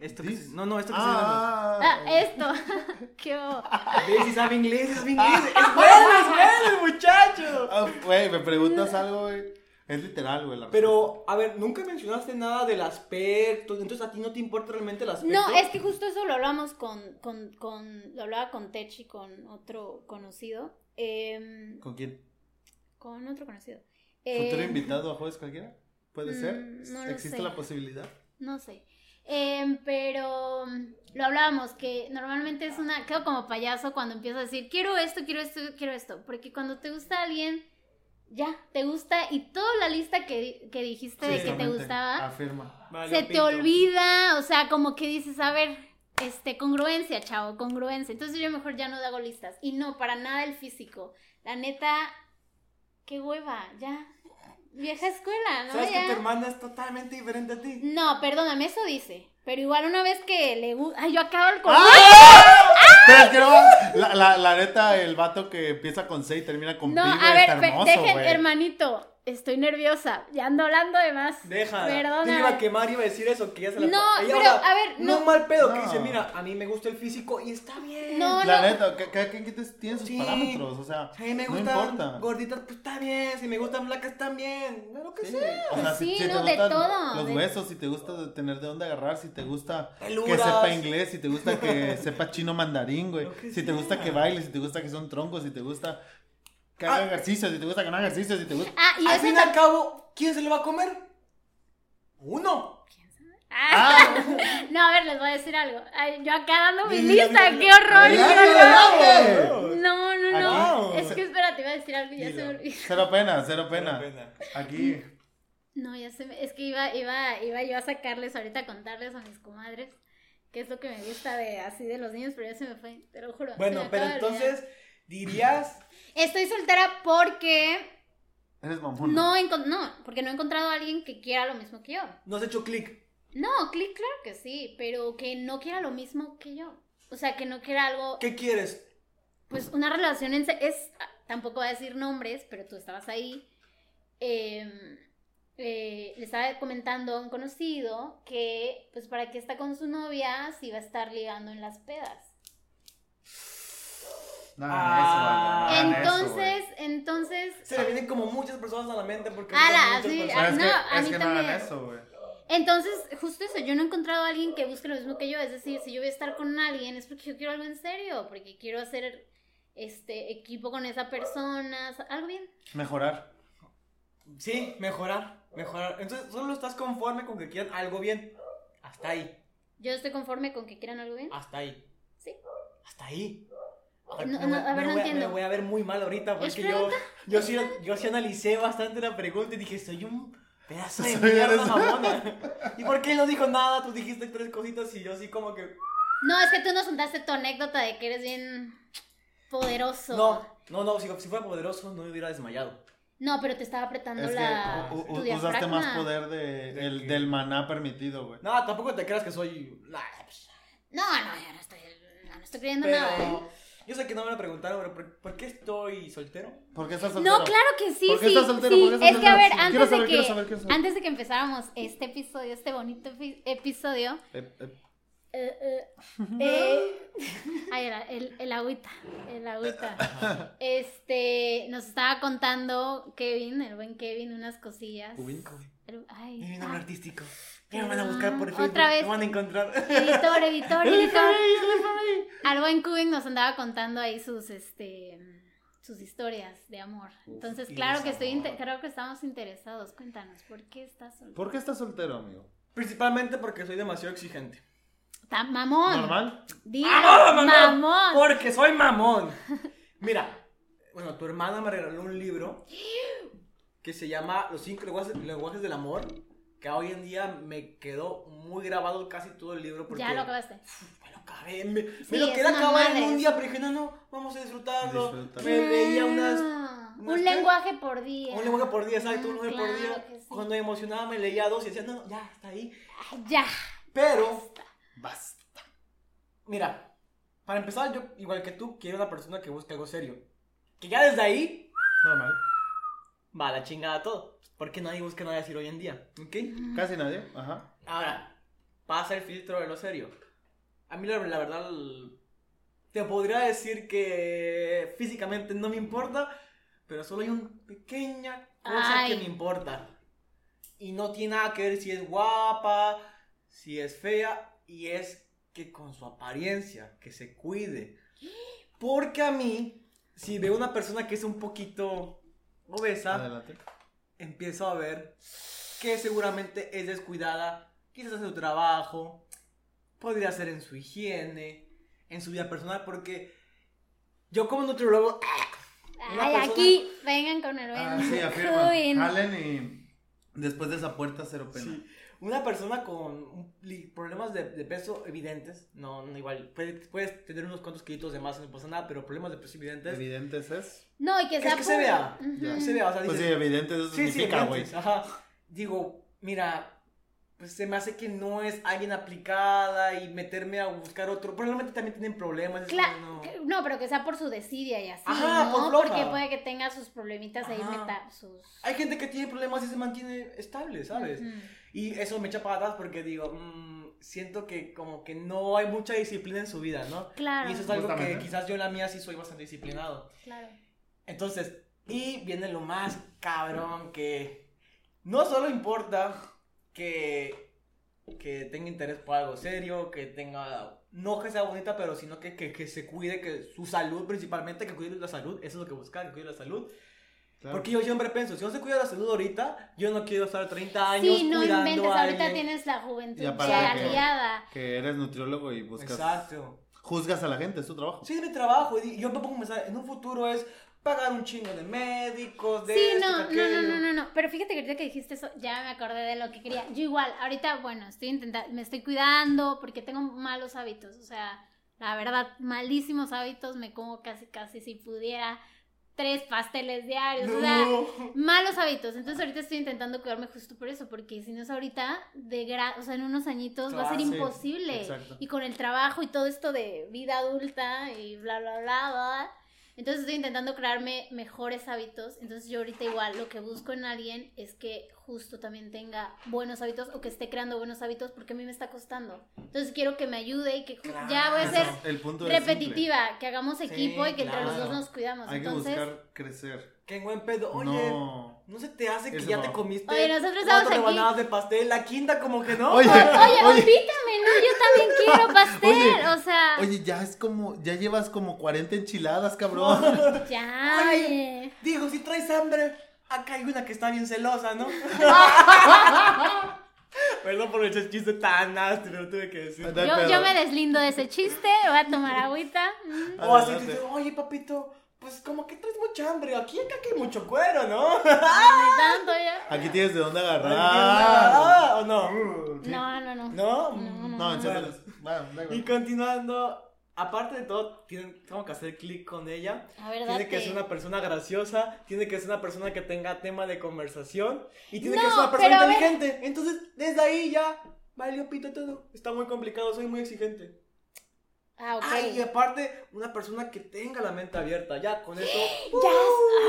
A: Esto que
B: This.
A: se- No, no, esto que
C: Ah, esto. [LAUGHS] Qué bo-
A: se ve. Ve si sabe inglés, es mi inglés. Es bueno, es bueno, el
B: [LAUGHS]
A: muchacho.
B: Ah, güey, me preguntas algo, güey. Es literal, güey. la respuesta.
A: Pero, a ver, nunca mencionaste nada del aspecto. Entonces, ¿a ti no te importa realmente el aspecto?
C: No, es que justo eso lo hablamos con, con, con lo hablaba con Tech y con otro conocido, em,
B: ¿Con quién?
C: con otro conocido.
B: ¿Futuro
C: Em,
B: invitado a jueves cualquiera? ¿Puede
C: mm,
B: ser?
C: no lo
B: ¿Existe
C: sé.
B: la posibilidad?
C: No sé. Em, pero mm, lo hablábamos, que normalmente es una. Quedo como payaso cuando empiezo a decir, quiero esto, quiero esto, quiero esto. Porque cuando te gusta alguien, ya, te gusta. Y toda la lista que, di- que dijiste de que te
B: Exactamente.
C: gustaba,
B: Afirma.
A: Vale,
C: se te
A: pinto.
C: olvida. O sea, como que dices, a ver, este, congruencia, chavo, congruencia. Entonces yo mejor ya no hago listas. Y no, para nada el físico. La neta, qué hueva, ya. Vieja escuela, ¿no?
A: ¿Sabes
C: Ya.
A: que tu hermana es totalmente diferente a ti?
C: No, perdóname, eso dice. Pero igual una vez que le gusta. Ay, yo acabo el con.
B: Pero es que no va- la, la, la neta, el vato que empieza con C y termina con
C: No,
B: P,
C: a
B: güey,
C: ver,
B: está
C: pe-
B: hermoso,
C: dejen,
B: güey.
C: hermanito. Estoy nerviosa. Ya ando hablando de más.
A: Deja. Yo le iba a
C: Perdóname.
A: quemar y iba a decir eso, que ya se la
C: No,
A: ella
C: pero,
A: habla,
C: a ver, no.
A: mal pedo, que
B: No.
A: dice, mira, a mí me gusta el físico y está bien.
C: No,
B: La
C: no.
B: neta, ca- cada quien tiene sus
A: Sí.
B: parámetros, o sea,
A: Si a mí me
B: no
A: gustan
B: importa.
A: gorditas, pues está bien. Si me gustan flacas, también. No, lo que sea.
B: O sea,
C: Sí,
B: si, si
C: no,
B: te
C: de
B: gustan
C: todo,
B: los
C: de-
B: huesos, si te gusta de tener de dónde agarrar, si te gusta que
A: Peludas.
B: sepa inglés, si te
A: [LAUGHS]
B: gusta que sepa chino mandarín, güey,
A: Lo que
B: si te
A: sea.
B: gusta que baile, si te gusta que son troncos, si te gusta que haga
A: Ah.
B: ejercicio, si te gusta que no haga ejercicio, si te gusta...
C: Ah, y
A: al
C: eso
A: fin y
C: también.
A: al cabo, ¿quién se lo va a comer? Uno.
C: Ah,
B: Ah,
C: No, a ver, les voy a decir algo. Ay, yo acá dando mi
A: Dile, dile,
C: lista. ¡Qué
A: dile.
C: horror!
B: Dile,
C: qué
B: dile,
C: horror.
B: dile.
C: No, no, no.
B: Aquí.
C: Es que espérate, iba a decir algo y ya se me
A: Dilo.
C: olvidó. [LAUGHS]
B: Cero pena, cero pena. Aquí.
A: Mm.
C: No, ya se me- es que iba, iba, iba yo a sacarles ahorita a contarles a mis comadres qué es lo que me gusta de así de los niños, pero ya se me fue, te lo juro. se
A: Bueno,
C: me
A: pero
C: acaba de olvidar.
A: entonces, dirías.
C: Estoy soltera porque
B: Eres mamón.
C: no, he encon- no, porque no he encontrado a alguien que quiera lo mismo que yo.
A: No has hecho clic.
C: No, clic, claro que sí, pero que no quiera lo mismo que yo. O sea, que no quiera algo,
A: ¿Qué quieres?
C: pues una relación en, se- es, ah, tampoco voy a decir nombres, pero tú estabas ahí. Em, eh, le estaba comentando a un conocido que, pues, ¿para qué está con su novia si va a estar ligando en las pedas?
B: No,
A: Ah,
B: eso, güey, no, eso, güey.
C: entonces, entonces,
A: Se me vienen como muchas personas a la mente porque.
C: Ala,
A: muchas
C: sí,
A: personas-
B: Pero es
C: ah, no,
B: que,
C: a
B: es
C: mí
B: que no hagan
C: también.
B: eso, güey.
C: entonces, justo eso, yo no he encontrado a alguien que busque lo mismo que yo, es decir, si yo voy a estar con alguien es porque yo quiero algo en serio, porque quiero hacer este equipo con esa persona, algo bien.
B: Mejorar.
A: Sí, mejorar. Mejorar. Entonces, solo estás conforme con que quieran algo bien. Hasta ahí.
C: Yo estoy conforme con que quieran algo bien.
A: Hasta ahí.
C: Sí.
A: Hasta ahí.
C: no,
A: Me voy-
C: a ver,
A: me
C: no
A: voy
C: entiendo.
A: Me voy a ver muy mal ahorita
C: ¿Es
A: porque yo, yo, sí, yo sí analicé bastante la pregunta y dije, soy un pedazo [LAUGHS] de
B: Soy-
A: mierda
B: eres-
A: mamona. [LAUGHS] ¿Y por qué él no dijo nada? Tú dijiste tres cositas y yo sí como que...
C: No, es que tú nos contaste tu anécdota de que eres bien poderoso.
A: No, no, no, si, si fuera poderoso no me hubiera desmayado.
C: No, pero te estaba apretando
B: Es que
C: la.
B: u- u-
C: tu
B: usaste
C: diafragma.
B: más poder de,
A: De
B: el-
A: que-
B: del maná permitido, güey.
A: No, tampoco te creas que soy... Nah, pues,
C: No, no, yo no estoy, no, no estoy creyendo nada. ¿eh?
A: Pero... Yo sé que no me lo preguntaron, pero ¿por, por qué estoy soltero?
B: ¿Por qué estás soltero?
C: No, claro que sí,
B: ¿Por qué
C: sí.
B: estás soltero?
C: sí.
B: ¿Por qué estás
C: es que a ver,
B: soltero? Sí. Quiero saber,
C: antes de
B: quiero
C: que
B: saber, quiero saber.
C: antes de que empezáramos este episodio, este bonito epi- episodio,
B: Eh, [LAUGHS] eh,
C: eh, eh, eh, [LAUGHS] ay, era el, el agüita, el agüita. Este, nos estaba contando Kevin, el buen Kevin, unas cosillas.
A: Cubinco.
C: El- ay,
A: Mi
C: ah,
A: nombre artístico. Ya me van a buscar por
C: Otra
A: Facebook.
C: vez.
A: Me van a
C: [LAUGHS]
A: encontrar.
C: Editor,
A: [LAUGHS]
C: editor,
B: ¡El
C: editor.
B: FBI, el FBI!
C: Al buen Kubin nos andaba contando ahí sus, este, sus historias de amor. Entonces,
A: y
C: claro que estoy,
A: desamor.
C: inte- claro que estamos interesados. Cuéntanos, ¿por qué estás soltero?
B: ¿Por qué estás soltero, amigo?
A: Principalmente porque soy demasiado exigente.
C: Ta- mamón.
B: ¿Normal?
C: Dilo,
A: ¡Ah, mamón!
C: mamón.
A: Porque soy mamón.
C: [LAUGHS]
A: Mira, bueno, tu hermana me regaló un libro que se llama Los cinco lenguajes, lenguajes del amor. Que hoy en día me quedó muy grabado casi todo el libro. Porque
C: Ya lo acabaste.
A: Me lo acabé. Me, me
C: Sí,
A: lo
C: es
A: quería
C: una
A: acabar en
C: madre.
A: un día, pero dije, no, no, vamos a disfrutarlo.
B: Disfrutar.
A: Me veía unas.
C: Ah,
A: unas
C: Un
A: tres-
C: lenguaje por día.
A: Un lenguaje por día, exacto, un
C: Ah,
A: lenguaje por
C: claro
A: día.
C: que sí.
A: Cuando me emocionaba me leía dos y decía, no, no, ya, está ahí.
C: Ay, Ya.
A: Pero,
B: Basta.
A: mira, para empezar, yo, igual que tú, quiero una persona que busque algo serio. Que ya desde ahí
B: Normal.
A: va a la chingada todo. Porque nadie busca nada decir hoy en día, ¿ok?
B: Casi nadie. Ajá.
A: Ahora, pasa el filtro de lo serio. A mí, la, la verdad, el- te podría decir que físicamente no me importa, pero solo hay una pequeña cosa
C: Ay.
A: que me importa. Y no tiene nada que ver si es guapa, si es fea, y es que con su apariencia, que se cuide. Porque a mí, si veo una persona que es un poquito obesa,
B: Adelante.
A: empiezo a ver que seguramente es descuidada, quizás en su trabajo, podría ser en su higiene, en su vida personal, porque yo como nutriólogo, ah, Una
C: Ay,
A: persona-
C: aquí vengan con el
B: Ah,
C: buen
B: sí, afirma.
C: Kubin.
B: Jalen y después de esa puerta cero pena.
A: sí, una persona con un- li- problemas de, de peso evidentes, no, no igual, puedes, puedes tener unos cuantos kilitos de más, no pasa nada, pero problemas de peso evidentes, que
B: Evidentes es.
C: No, y que
A: es
C: sea
A: que se
C: público.
A: vea,
C: Ujú.
B: Ya.
A: que se vea, o sea,
B: Pues sí,
A: dices,
B: evidente eso
A: sí, sí,
B: significa, güey.
A: evidentes, ajá, digo, mira... Pues se me hace que no es alguien aplicada y meterme a buscar otro. Probablemente también tienen problemas. es
C: Cla-
A: como, no.
C: que- no, pero que sea por su desidia y así,
A: Ajá,
C: ¿no?
A: por floja.
C: Porque puede que tenga sus problemitas ahí,
A: Ajá.
C: meta sus... Mm,
A: Hay gente que tiene problemas y se mantiene estable, ¿sabes?
C: Ujú.
A: Y eso me echa para atrás porque digo, mm, siento que como que no hay mucha disciplina en su vida, ¿no?
C: Claro,
A: Y eso es algo que
B: Justamente.
A: quizás yo en la mía sí soy bastante disciplinado.
C: claro.
A: Entonces, y viene lo más cabrón que no solo importa que, que tenga interés por algo serio, que tenga, no que sea bonita, pero sino que, que, que se cuide, que su salud principalmente, que cuide la salud, eso es lo que buscar, que cuide la salud.
B: Claro.
A: Porque yo siempre pienso, si no se cuida la salud ahorita, yo no quiero estar 30 años
C: Sí, no
A: cuidando
C: inventes,
A: a
C: ahorita
A: alguien.
C: tienes la juventud
B: Y
C: de
B: aparte
A: que-
C: aliada.
B: Que eres nutriólogo y buscas.
A: Exacto.
B: Juzgas a la gente, es tu trabajo.
A: Sí, es mi trabajo. y Yo me pongo a pensar, en un futuro es pagar un chingo de médicos, de
C: Sí,
A: esto,
C: no,
A: de
C: no, no,
A: aquello.
C: no, no, no, pero fíjate que ahorita que dijiste eso, ya me acordé de lo que quería. Yo igual, ahorita, bueno, estoy intentando, me estoy cuidando porque tengo malos hábitos, o sea, la verdad, malísimos hábitos, me como casi, casi si pudiera tres pasteles diarios, o sea, malos hábitos. Entonces ahorita estoy intentando cuidarme justo por eso, porque si no es ahorita, de gra- o sea, en unos añitos va a ser
A: Claro, sí,
C: imposible.
B: exacto.
C: Y con el trabajo y todo esto de vida adulta y bla, bla, bla, bla. Entonces estoy intentando crearme mejores hábitos. Entonces yo ahorita igual lo que busco en alguien es que justo también tenga buenos hábitos o que esté creando buenos hábitos porque a mí me está costando. Entonces quiero que me ayude y que ju- ya voy a
A: Claro.
C: ser
A: Eso.
B: El punto es simple.
C: repetitiva, que hagamos equipo y que entre los
A: claro.
C: dos nos cuidamos.
B: Hay que
C: Entonces,
B: buscar crecer.
A: Qué buen pedo. Oye, no,
B: no.
A: se te hace que
B: Eso
A: ya
B: no.
A: te comiste
C: Oye, nosotros
A: cuatro
C: estamos aquí.
A: rebanadas de pastel, la quinta como que no.
B: Oye,
C: Oye,
B: oye,
C: invítame, ¿no? Yo también quiero pastel,
B: Oye,
C: o sea,
B: oye, ya es como. Ya llevas como 40 enchiladas, cabrón.
C: ya,
A: Oye.
C: oye.
A: [LAUGHS] Digo, si traes hambre, acá hay una que está bien celosa,
B: [LAUGHS]
A: ¿no? Perdón por el chiste tan nasty, pero tuve que decir.
B: Anda,
C: Yo,
B: pero-
C: yo me deslindo de ese chiste, voy a tomar agüita. mm.
A: O así
B: Adelante.
A: te dice, oye papito, pues como que traes mucha hambre, aquí acá que hay mucho cuero, ¿no?
C: Ni tanto ya.
B: Aquí tienes de
A: [LAUGHS]
B: dónde agarrar.
A: Ah, ¿O no?
B: Mm.
C: No, no, no.
A: ¿No?
C: No, no.
B: No, enciéndelas. Bueno, da
A: Y
B: igual.
A: continuando, aparte de todo, tienen, tengo que hacer clic con ella.
C: A ver,
A: Tiene que
C: date.
A: ser una persona graciosa, tiene que ser una persona que tenga tema de conversación y tiene que
C: No,
A: ser una persona
C: pero a ver.
A: inteligente. Entonces, desde ahí ya valió pito todo. Está muy complicado, soy muy exigente.
C: Ah, ok.
A: Ay, y aparte, una persona que tenga la mente abierta, ya con
C: [GASPS]
A: eso.
C: Ya,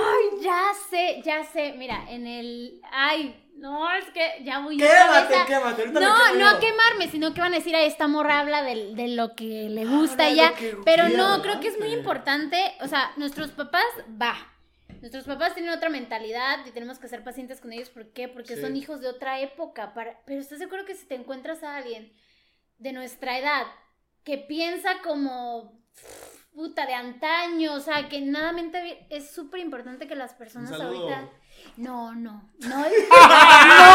C: ay, ya sé, ya sé. Mira, en el. Ay, no, es que ya voy.
A: Quémate,
C: esa-
A: quémate. Ahorita me
C: No,
A: quemo
C: no a
A: yo.
C: quemarme, sino que van a decir a esta morra habla del- de, lo que le
A: Habla
C: gusta
A: Ah, de
C: y ya.
A: lo que
C: Pero
A: quiera,
C: no,
A: ¿verdad?
C: creo que es muy
A: Sí.
C: importante. O sea, nuestros papás, va. Nuestros papás tienen otra mentalidad y tenemos que ser pacientes con ellos. ¿Por qué? Porque
A: Sí.
C: son hijos de otra época. para- Pero estás seguro que si te encuentras a alguien de nuestra edad que piensa como pff, puta de antaño, o sea, que nada mente abie- es súper importante que las
B: Un
C: personas
B: saludo.
C: ahorita no, no, no,
A: [LAUGHS]
C: no,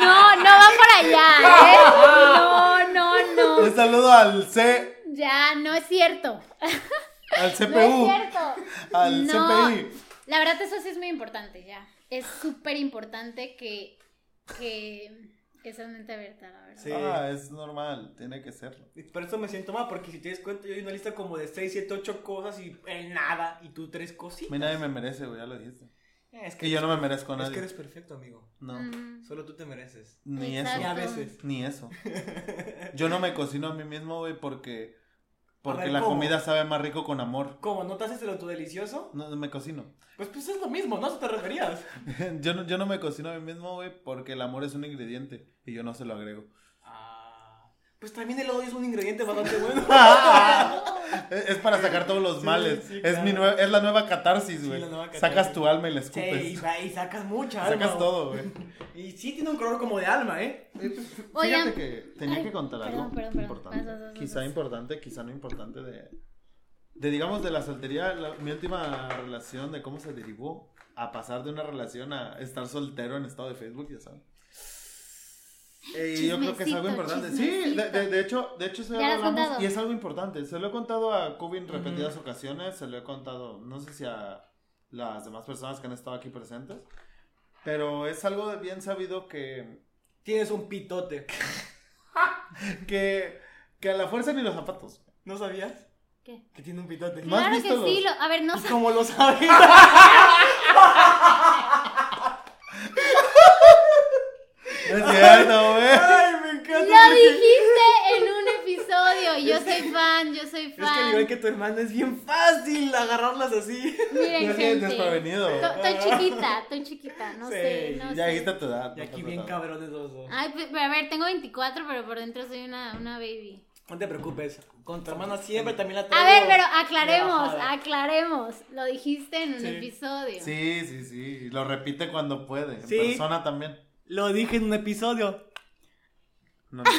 C: no, no va
B: [LAUGHS]
C: por allá,
B: Ah.
C: ¿eh? No, no, no,
B: Un saludo al C,
C: ya, no es cierto,
B: al
C: no es
B: CPU,
C: cierto.
B: al
C: No.
B: CPI.
C: La verdad eso sí es muy importante, ya, es súper importante que, que, que sea mente abierta, la verdad.
A: Sí.
B: Ah, es normal, tiene que serlo.
A: Y Por eso me siento mal, porque si te das cuenta, yo hay una lista como de 6, 7, 8 cosas y eh, nada, y tú tres
B: A
A: cositas.
B: mí nadie me merece, güey, ya lo dijiste.
A: Eh, Es
B: Que yo no me merezco a
A: Es que
B: nadie.
A: eres perfecto, amigo.
B: No,
C: Mm,
A: Solo tú te mereces.
B: ni
A: Y a
B: eso.
C: Exacto.
A: veces. [LAUGHS]
B: Ni eso. Yo no me cocino a mí mismo, güey, porque porque
A: ver,
B: la
A: ¿cómo?
B: comida sabe más rico con amor.
A: Como no te haces el autodelicioso,
B: No, no me cocino. [LAUGHS]
A: pues pues es lo mismo, ¿no? Eso te referías.
B: Yo no, yo no me cocino a mí mismo, güey, porque el amor es un ingrediente y yo no se lo
C: [LAUGHS]
B: agrego.
A: Ah, pues también el odio es un ingrediente bastante bueno. [LAUGHS]
B: Es es para sacar todos los
A: Sí,
B: males.
A: sí,
B: es, mi
A: claro.
B: nue- es la nueva catarsis,
A: Sí,
B: güey.
A: la nueva catarsis.
B: Sacas tu alma y la
A: Sí,
B: escupes.
A: y, sa- y pues. sacas mucha alma.
B: Sacas
A: güey.
B: todo, güey.
A: Y sí tiene un color como de alma, ¿eh?
C: Oigan,
B: Fíjate que tenía
C: ay,
B: que contar
C: perdón,
B: algo
C: perdón, perdón.
B: importante.
C: Vas, vas, vas,
B: quizá
C: vas.
B: importante, quizá no importante de, de digamos de la soltería, la- mi última relación de cómo se derivó a pasar de una relación a estar soltero en estado de Facebook, ya saben. Eh, y yo creo que es algo
C: Chismecito,
B: importante. Sí,
C: chismecito.
B: de, de- de hecho, de hecho se lo
C: Ya lo has
B: hablamos
C: contado.
B: y es algo importante. Se lo he contado a Cubin
A: Ujú.
B: repetidas ocasiones, se lo he contado, no sé si a las demás personas que han estado aquí presentes, pero es algo de bien sabido que
A: Tienes un pitote.
B: que, que a la fuerza ni los zapatos.
A: ¿No sabías?
C: ¿Qué?
A: Que tiene un pitote.
B: ¿No has
C: claro que
B: visto
C: sí, lo,
B: los-
C: a ver, no
A: ¿Y
C: sé,
A: cómo lo
C: [LAUGHS]
A: sabes?
B: No es [LAUGHS] cierto, güey.
A: Ay, me encanta.
C: lo
A: porque-
C: dijiste en un episodio, y yo soy fan, yo soy
A: Es que al
C: fan.
A: igual que tu hermana es bien fácil agarrarlas [LAUGHS] así.
B: [LAUGHS]
C: Miren,
B: No es
C: gente.
B: desprevenido.
C: To- Estoy chiquita, estoy chiquita, no
A: Sí,
C: sé, no
B: Ya
C: sé.
B: dijiste tu edad.
A: Y
B: no
A: aquí
B: pasa
A: bien
B: nada.
A: cabrones los dos.
C: Ay, pe- pero a ver, tengo 24, pero por dentro soy una, una baby.
A: No te preocupes. Con tu hermana siempre también la
C: A
A: traigo.
C: ver, pero aclaremos,
A: de bajada.
C: aclaremos. Lo dijiste en un
A: Sí.
C: episodio.
B: Sí, sí, sí. y Lo repite cuando puede. En
A: Sí.
B: persona también.
A: Lo dije en un episodio.
B: No, no.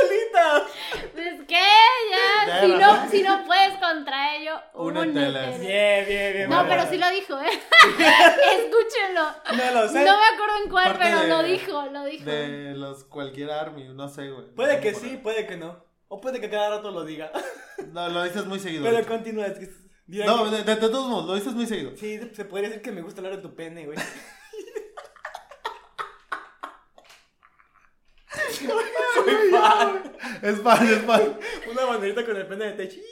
A: ¡Solita!
C: Pues qué, ya,
B: Ya,
C: si,
B: ¿verdad?
C: no, si no puedes contra ello,
B: Únete,
C: únete.
B: Las.
A: Bien, bien, bien.
C: No,
A: bien.
C: pero sí lo dijo, ¿eh? Escúchenlo.
A: No lo sé.
C: No me acuerdo en cuál,
B: Parte
C: pero
B: de-
C: lo dijo, lo dijo.
B: De los cualquier army, no sé, güey.
A: Puede que
B: Por-
A: sí, puede que no. O puede que cada rato lo diga.
B: No, lo dices muy seguido.
A: Pero
B: güey.
A: continúa. es que- dirá
B: No,
A: que-
B: de, de- de todos modos, lo dices muy seguido.
A: Sí, se podría decir que me gusta hablar de tu pene, güey. [LAUGHS] Soy fan.
B: Es mal, es mal.
A: Una banderita con el pene de Techi.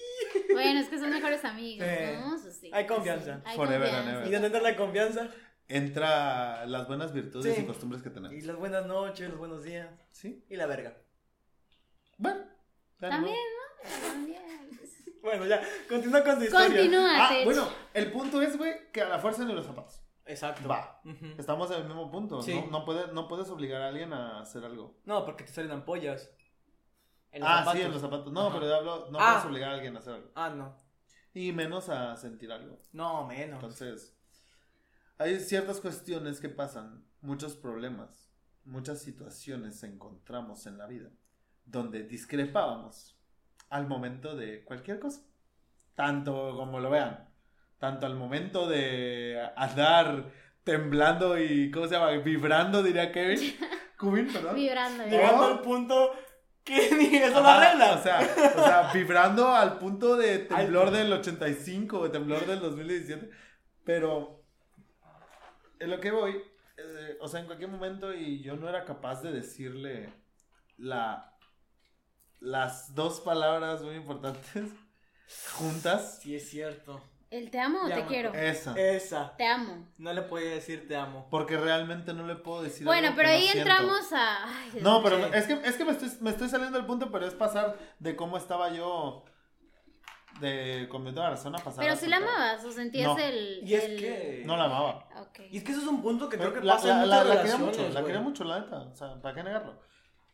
C: Bueno, es que son mejores amigos,
A: Sí.
C: ¿no? Eso sí.
A: Hay confianza.
C: Hay
B: Forever and
A: Y
B: ever.
A: donde entra la confianza.
B: Entra las buenas virtudes
A: Sí.
B: y costumbres que tenemos.
A: Y las buenas noches, los buenos días.
B: Sí.
A: Y la verga.
B: Bueno. ya no.
C: También, ¿no? También.
A: Bueno, ya, continúa con tu historia.
C: Continúa,
B: Ah,
C: Tech.
B: bueno, el punto es, güey, que a la fuerza ni los zapatos.
A: Exacto.
B: Va.
A: Ujú.
B: Estamos en el mismo punto.
A: Sí.
B: No, no, puede- no puedes obligar a alguien a hacer algo.
A: No, porque te salen ampollas. En los
B: ah,
A: zapatos.
B: sí, en los zapatos. No,
A: Ajá.
B: pero yo hablo, no
A: Ah.
B: puedes obligar a alguien a hacer algo.
A: Ah, no.
B: Y menos a sentir algo.
A: No, menos.
B: Entonces, hay ciertas cuestiones que pasan, muchos problemas, muchas situaciones encontramos en la vida donde discrepábamos al momento de cualquier cosa. Tanto como lo vean, tanto al momento de andar temblando y, ¿cómo se llama? Vibrando, diría Kevin. Cubin, perdón.
C: Vibrando, ¿eh?
A: Llegando al punto que [LAUGHS] ni eso lo
B: Ajá,
A: arregla.
B: O sea, o sea, vibrando al punto de temblor del 85 o temblor del 2017. Pero en lo que voy, eh, o sea, en cualquier momento y yo no era capaz de decirle la las dos palabras muy importantes juntas.
A: Sí, es cierto.
C: El te amo o
A: Ya,
C: te
A: me-
C: quiero.
B: Esa.
A: Esa.
C: Te amo.
A: No le podía decir te amo.
B: Porque realmente no le puedo decir.
C: Bueno,
B: algo que
C: pero
B: no
C: ahí
B: siento.
C: entramos a. ay, Dios
B: No,
C: mío.
B: pero
A: Sí.
B: es que, es que me, estoy, me estoy saliendo del punto, pero es pasar de cómo estaba yo de, con mi otra persona pasar.
C: Pero
B: a
C: si la
B: otra.
C: amabas, o sentías
B: No.
C: el.
A: Y es
C: el-
A: que.
B: No la amaba.
C: Ok.
A: Y es que eso es un punto que creo que
B: la,
A: pasa
B: la-
A: en
B: la-
A: muchas
B: la quería
A: relaciones,
B: mucho, la
A: güey.
B: quería mucho, la neta. O sea, ¿para qué negarlo?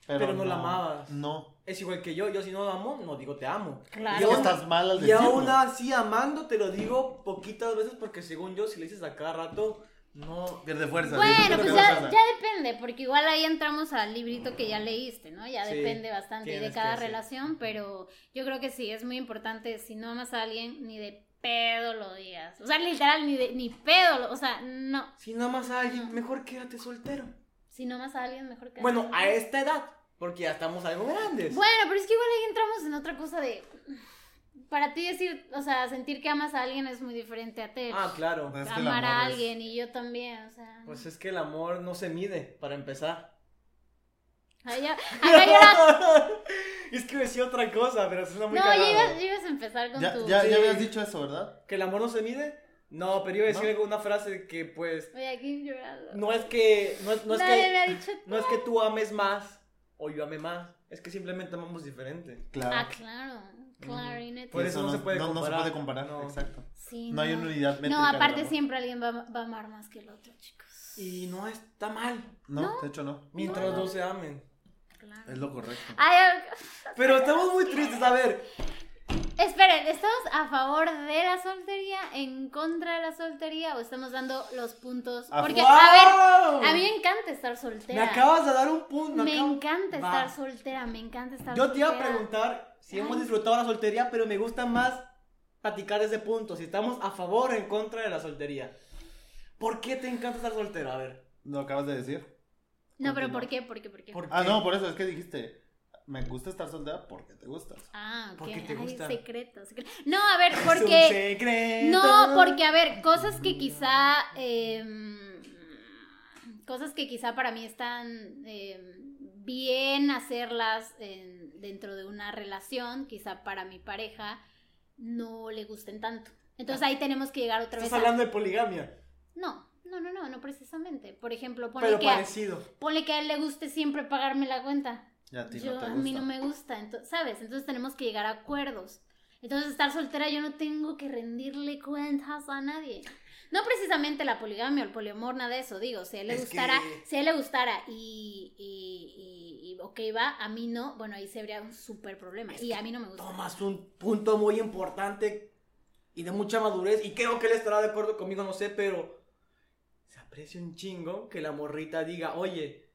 A: Pero no la amabas.
B: No.
A: Es igual que yo, yo si no lo amo, no digo te amo.
C: Claro.
A: Y
B: Es que
A: aún-
B: estás mal al
A: Y
B: decirlo.
A: aún así amando te lo digo poquitas veces porque según yo, si le dices a cada rato, no...
B: Pierde fuerza.
C: Bueno,
B: ¿sí?
C: pues
B: Pierde
C: ya,
B: fuerza.
C: ya depende, porque igual ahí entramos al librito que ya leíste, ¿no? Ya
A: Sí,
C: depende bastante de
A: tienes
C: cada
A: que, sí.
C: relación, pero yo creo que sí, es muy importante, si no amas a alguien, ni de pedo lo digas. O sea, literal, ni, de, ni pedo, lo- o sea, no.
A: Si no amas a alguien, mejor quédate soltero.
C: Si no amas a alguien, mejor que...
A: Bueno, a esta edad, porque ya estamos algo grandes.
C: Bueno, pero es que igual ahí entramos en otra cosa de... Para ti decir, o sea, sentir que amas a alguien es muy diferente a te
A: Ah, claro.
B: Pues es que el
C: amar a
B: amor es-
C: alguien y yo también, o sea...
A: Pues es que el amor no se mide, para empezar.
C: Ay, ya- acá Ah, yo
A: [LAUGHS]
C: era-
A: es que decía otra cosa, pero suena muy
C: No,
A: cagado.
C: ya ibas, ya ibas a empezar con
B: Ya,
C: tu...
B: ya- ya
A: Sí.
B: habías dicho eso, ¿verdad?
A: ¿Que el amor no se mide? No, pero iba a decir
B: No.
A: algo, una frase que pues...
C: Oye, aquí llorando.
A: No es que... No, es- no es
C: Nadie
A: que...
C: me ha dicho
A: No es que tú ames más o yo ame más, es que simplemente amamos diferente.
B: Claro.
C: Ah, claro, claro, y neta.
A: Por eso, no, se puede
B: no, no
A: comparar.
B: puede comparar,
A: No.
B: exacto.
C: Sí,
B: No hay una unidad métrica.
C: No,
B: del
C: aparte
B: amor.
C: siempre alguien va, va a amar más que el otro, chicos.
A: Y no está mal,
B: No, de hecho no.
A: mientras los dos se amen.
C: Claro.
B: Es lo correcto.
C: Ay, ay,
A: Pero estamos muy tristes, a ver.
C: esperen, ¿estamos a favor de la soltería, en contra de la soltería o estamos dando los puntos?
B: A
C: Porque, a
A: ¡Wow!
C: ver, a mí me encanta estar soltera.
A: Me acabas de dar un punto.
C: Me
A: acabo-
C: encanta
A: Va.
C: estar soltera, me encanta estar
A: Yo te
C: soltera.
A: iba a preguntar si hemos
C: Ay.
A: disfrutado la soltería, pero me gusta más platicar ese punto, si estamos a favor o en contra de la soltería. ¿Por qué te encanta estar soltero? A ver.
B: Lo acabas de decir.
C: No, pero
A: Continúa.
C: ¿por qué? ¿Por qué? ¿Por qué?
A: ¿Por
B: Ah,
A: qué?
B: no, por eso es que dijiste, me gusta estar soltera porque te gustas.
C: Ah, ok.
A: ¿Por qué te
C: Ay,
A: gusta?
C: secreto, secreto. No, a
A: [LAUGHS]
C: ver,
A: Es un
C: porque...
A: secreto.
C: No, porque a ver, cosas que quizá. em, cosas que quizá para mí están em, bien hacerlas en- dentro de una relación, quizá para mi pareja no le gusten tanto. Entonces ahí tenemos que llegar otra vez
A: Ah. Estás
C: a-
A: hablando de poligamia,
C: No, no, no, no, no precisamente. Por Pues, ejemplo, ponle
A: pero
C: que, a,
A: parecido.
C: ponle que a él le guste siempre pagarme la cuenta.
B: Y a ti
C: Yo,
B: no te
C: a
B: gusta.
C: mí no me gusta, entonces, ¿sabes? Entonces tenemos que llegar a acuerdos. Entonces, estar soltera, yo no tengo que rendirle cuentas a nadie. No precisamente la poligamia o el poliamor, nada de eso, digo. Si a él le
A: Es
C: gustara,
A: que-
C: si a él le gustara y, y, y, y, ok, va, a mí no, bueno, ahí se habría un súper problema. y a mí no me gusta.
A: tomas un punto muy importante y de mucha madurez. Y creo que él estará de acuerdo conmigo, no sé, pero se aprecia un chingo que la morrita diga, oye,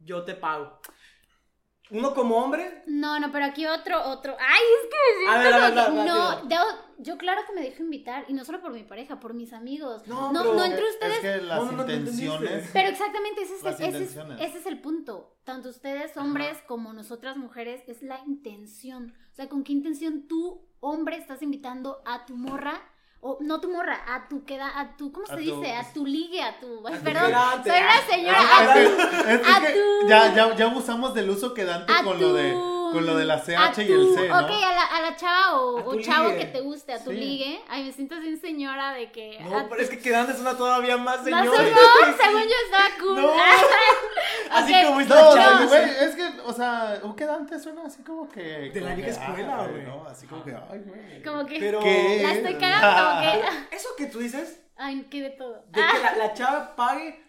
A: yo te pago. Uno como hombre,
C: No, no, pero aquí otro, otro. Ay, es que me
A: A
C: siento
A: ver, a ver,
C: como
A: a ver,
C: que-
A: a ver,
C: No,
A: a ver.
C: yo, yo claro que me dejo invitar, y no solo por mi pareja, por mis amigos.
A: No,
C: No, no,
A: pero-
C: entre ustedes
B: Es que las
A: No, no, no te
C: [LAUGHS]
B: intenciones.
A: entendiste.
C: Pero exactamente ese es,
B: Las
C: ese, es,
B: intenciones.
C: ese es el punto. Tanto ustedes, hombres, como nosotras, mujeres, es la intención. O sea, ¿con qué intención tú, hombre, estás invitando a tu morra? O no tu morra, a tu queda, a tu, ¿cómo
B: A
C: se
B: tu-
C: dice? A tu ligue, a tu. Ay,
A: tu
C: perdón,
A: quedante.
C: soy una señora.
A: Ah,
C: a tu-
B: Es que-
C: A tu-
B: ya, ya, ya abusamos del uso que Dante
C: a
B: con lo de
C: tu-
B: con lo de la CH
C: a
B: y el
C: tu-
B: C, ¿no?
C: Ok, a la, a la chava o,
A: A tu
C: o chavo
A: ligue.
C: que te guste, a tu
B: Sí.
C: ligue. Ay, me siento sin señora de que. a
A: no, pero
C: tu-
A: es que quedan es una todavía más
C: No,
A: señora. [LAUGHS]
C: señor, según yo estaba
B: [LAUGHS]
C: cool. [LAUGHS]
A: No. Así
C: Ok,
A: como
B: No,
A: está chava,
B: güey, es que, o sea, un quedante suena así como que.
A: De la
B: como
A: vieja
B: que,
A: escuela,
B: ay,
A: güey.
B: ¿no? Así como que, ay, güey.
C: Como que.
A: Pero
B: ¿Qué? [LAUGHS]
C: La estoy cagando, ¿ok?
A: eso que tú dices,
C: Ay, que de todo.
A: de que la, la chava pague,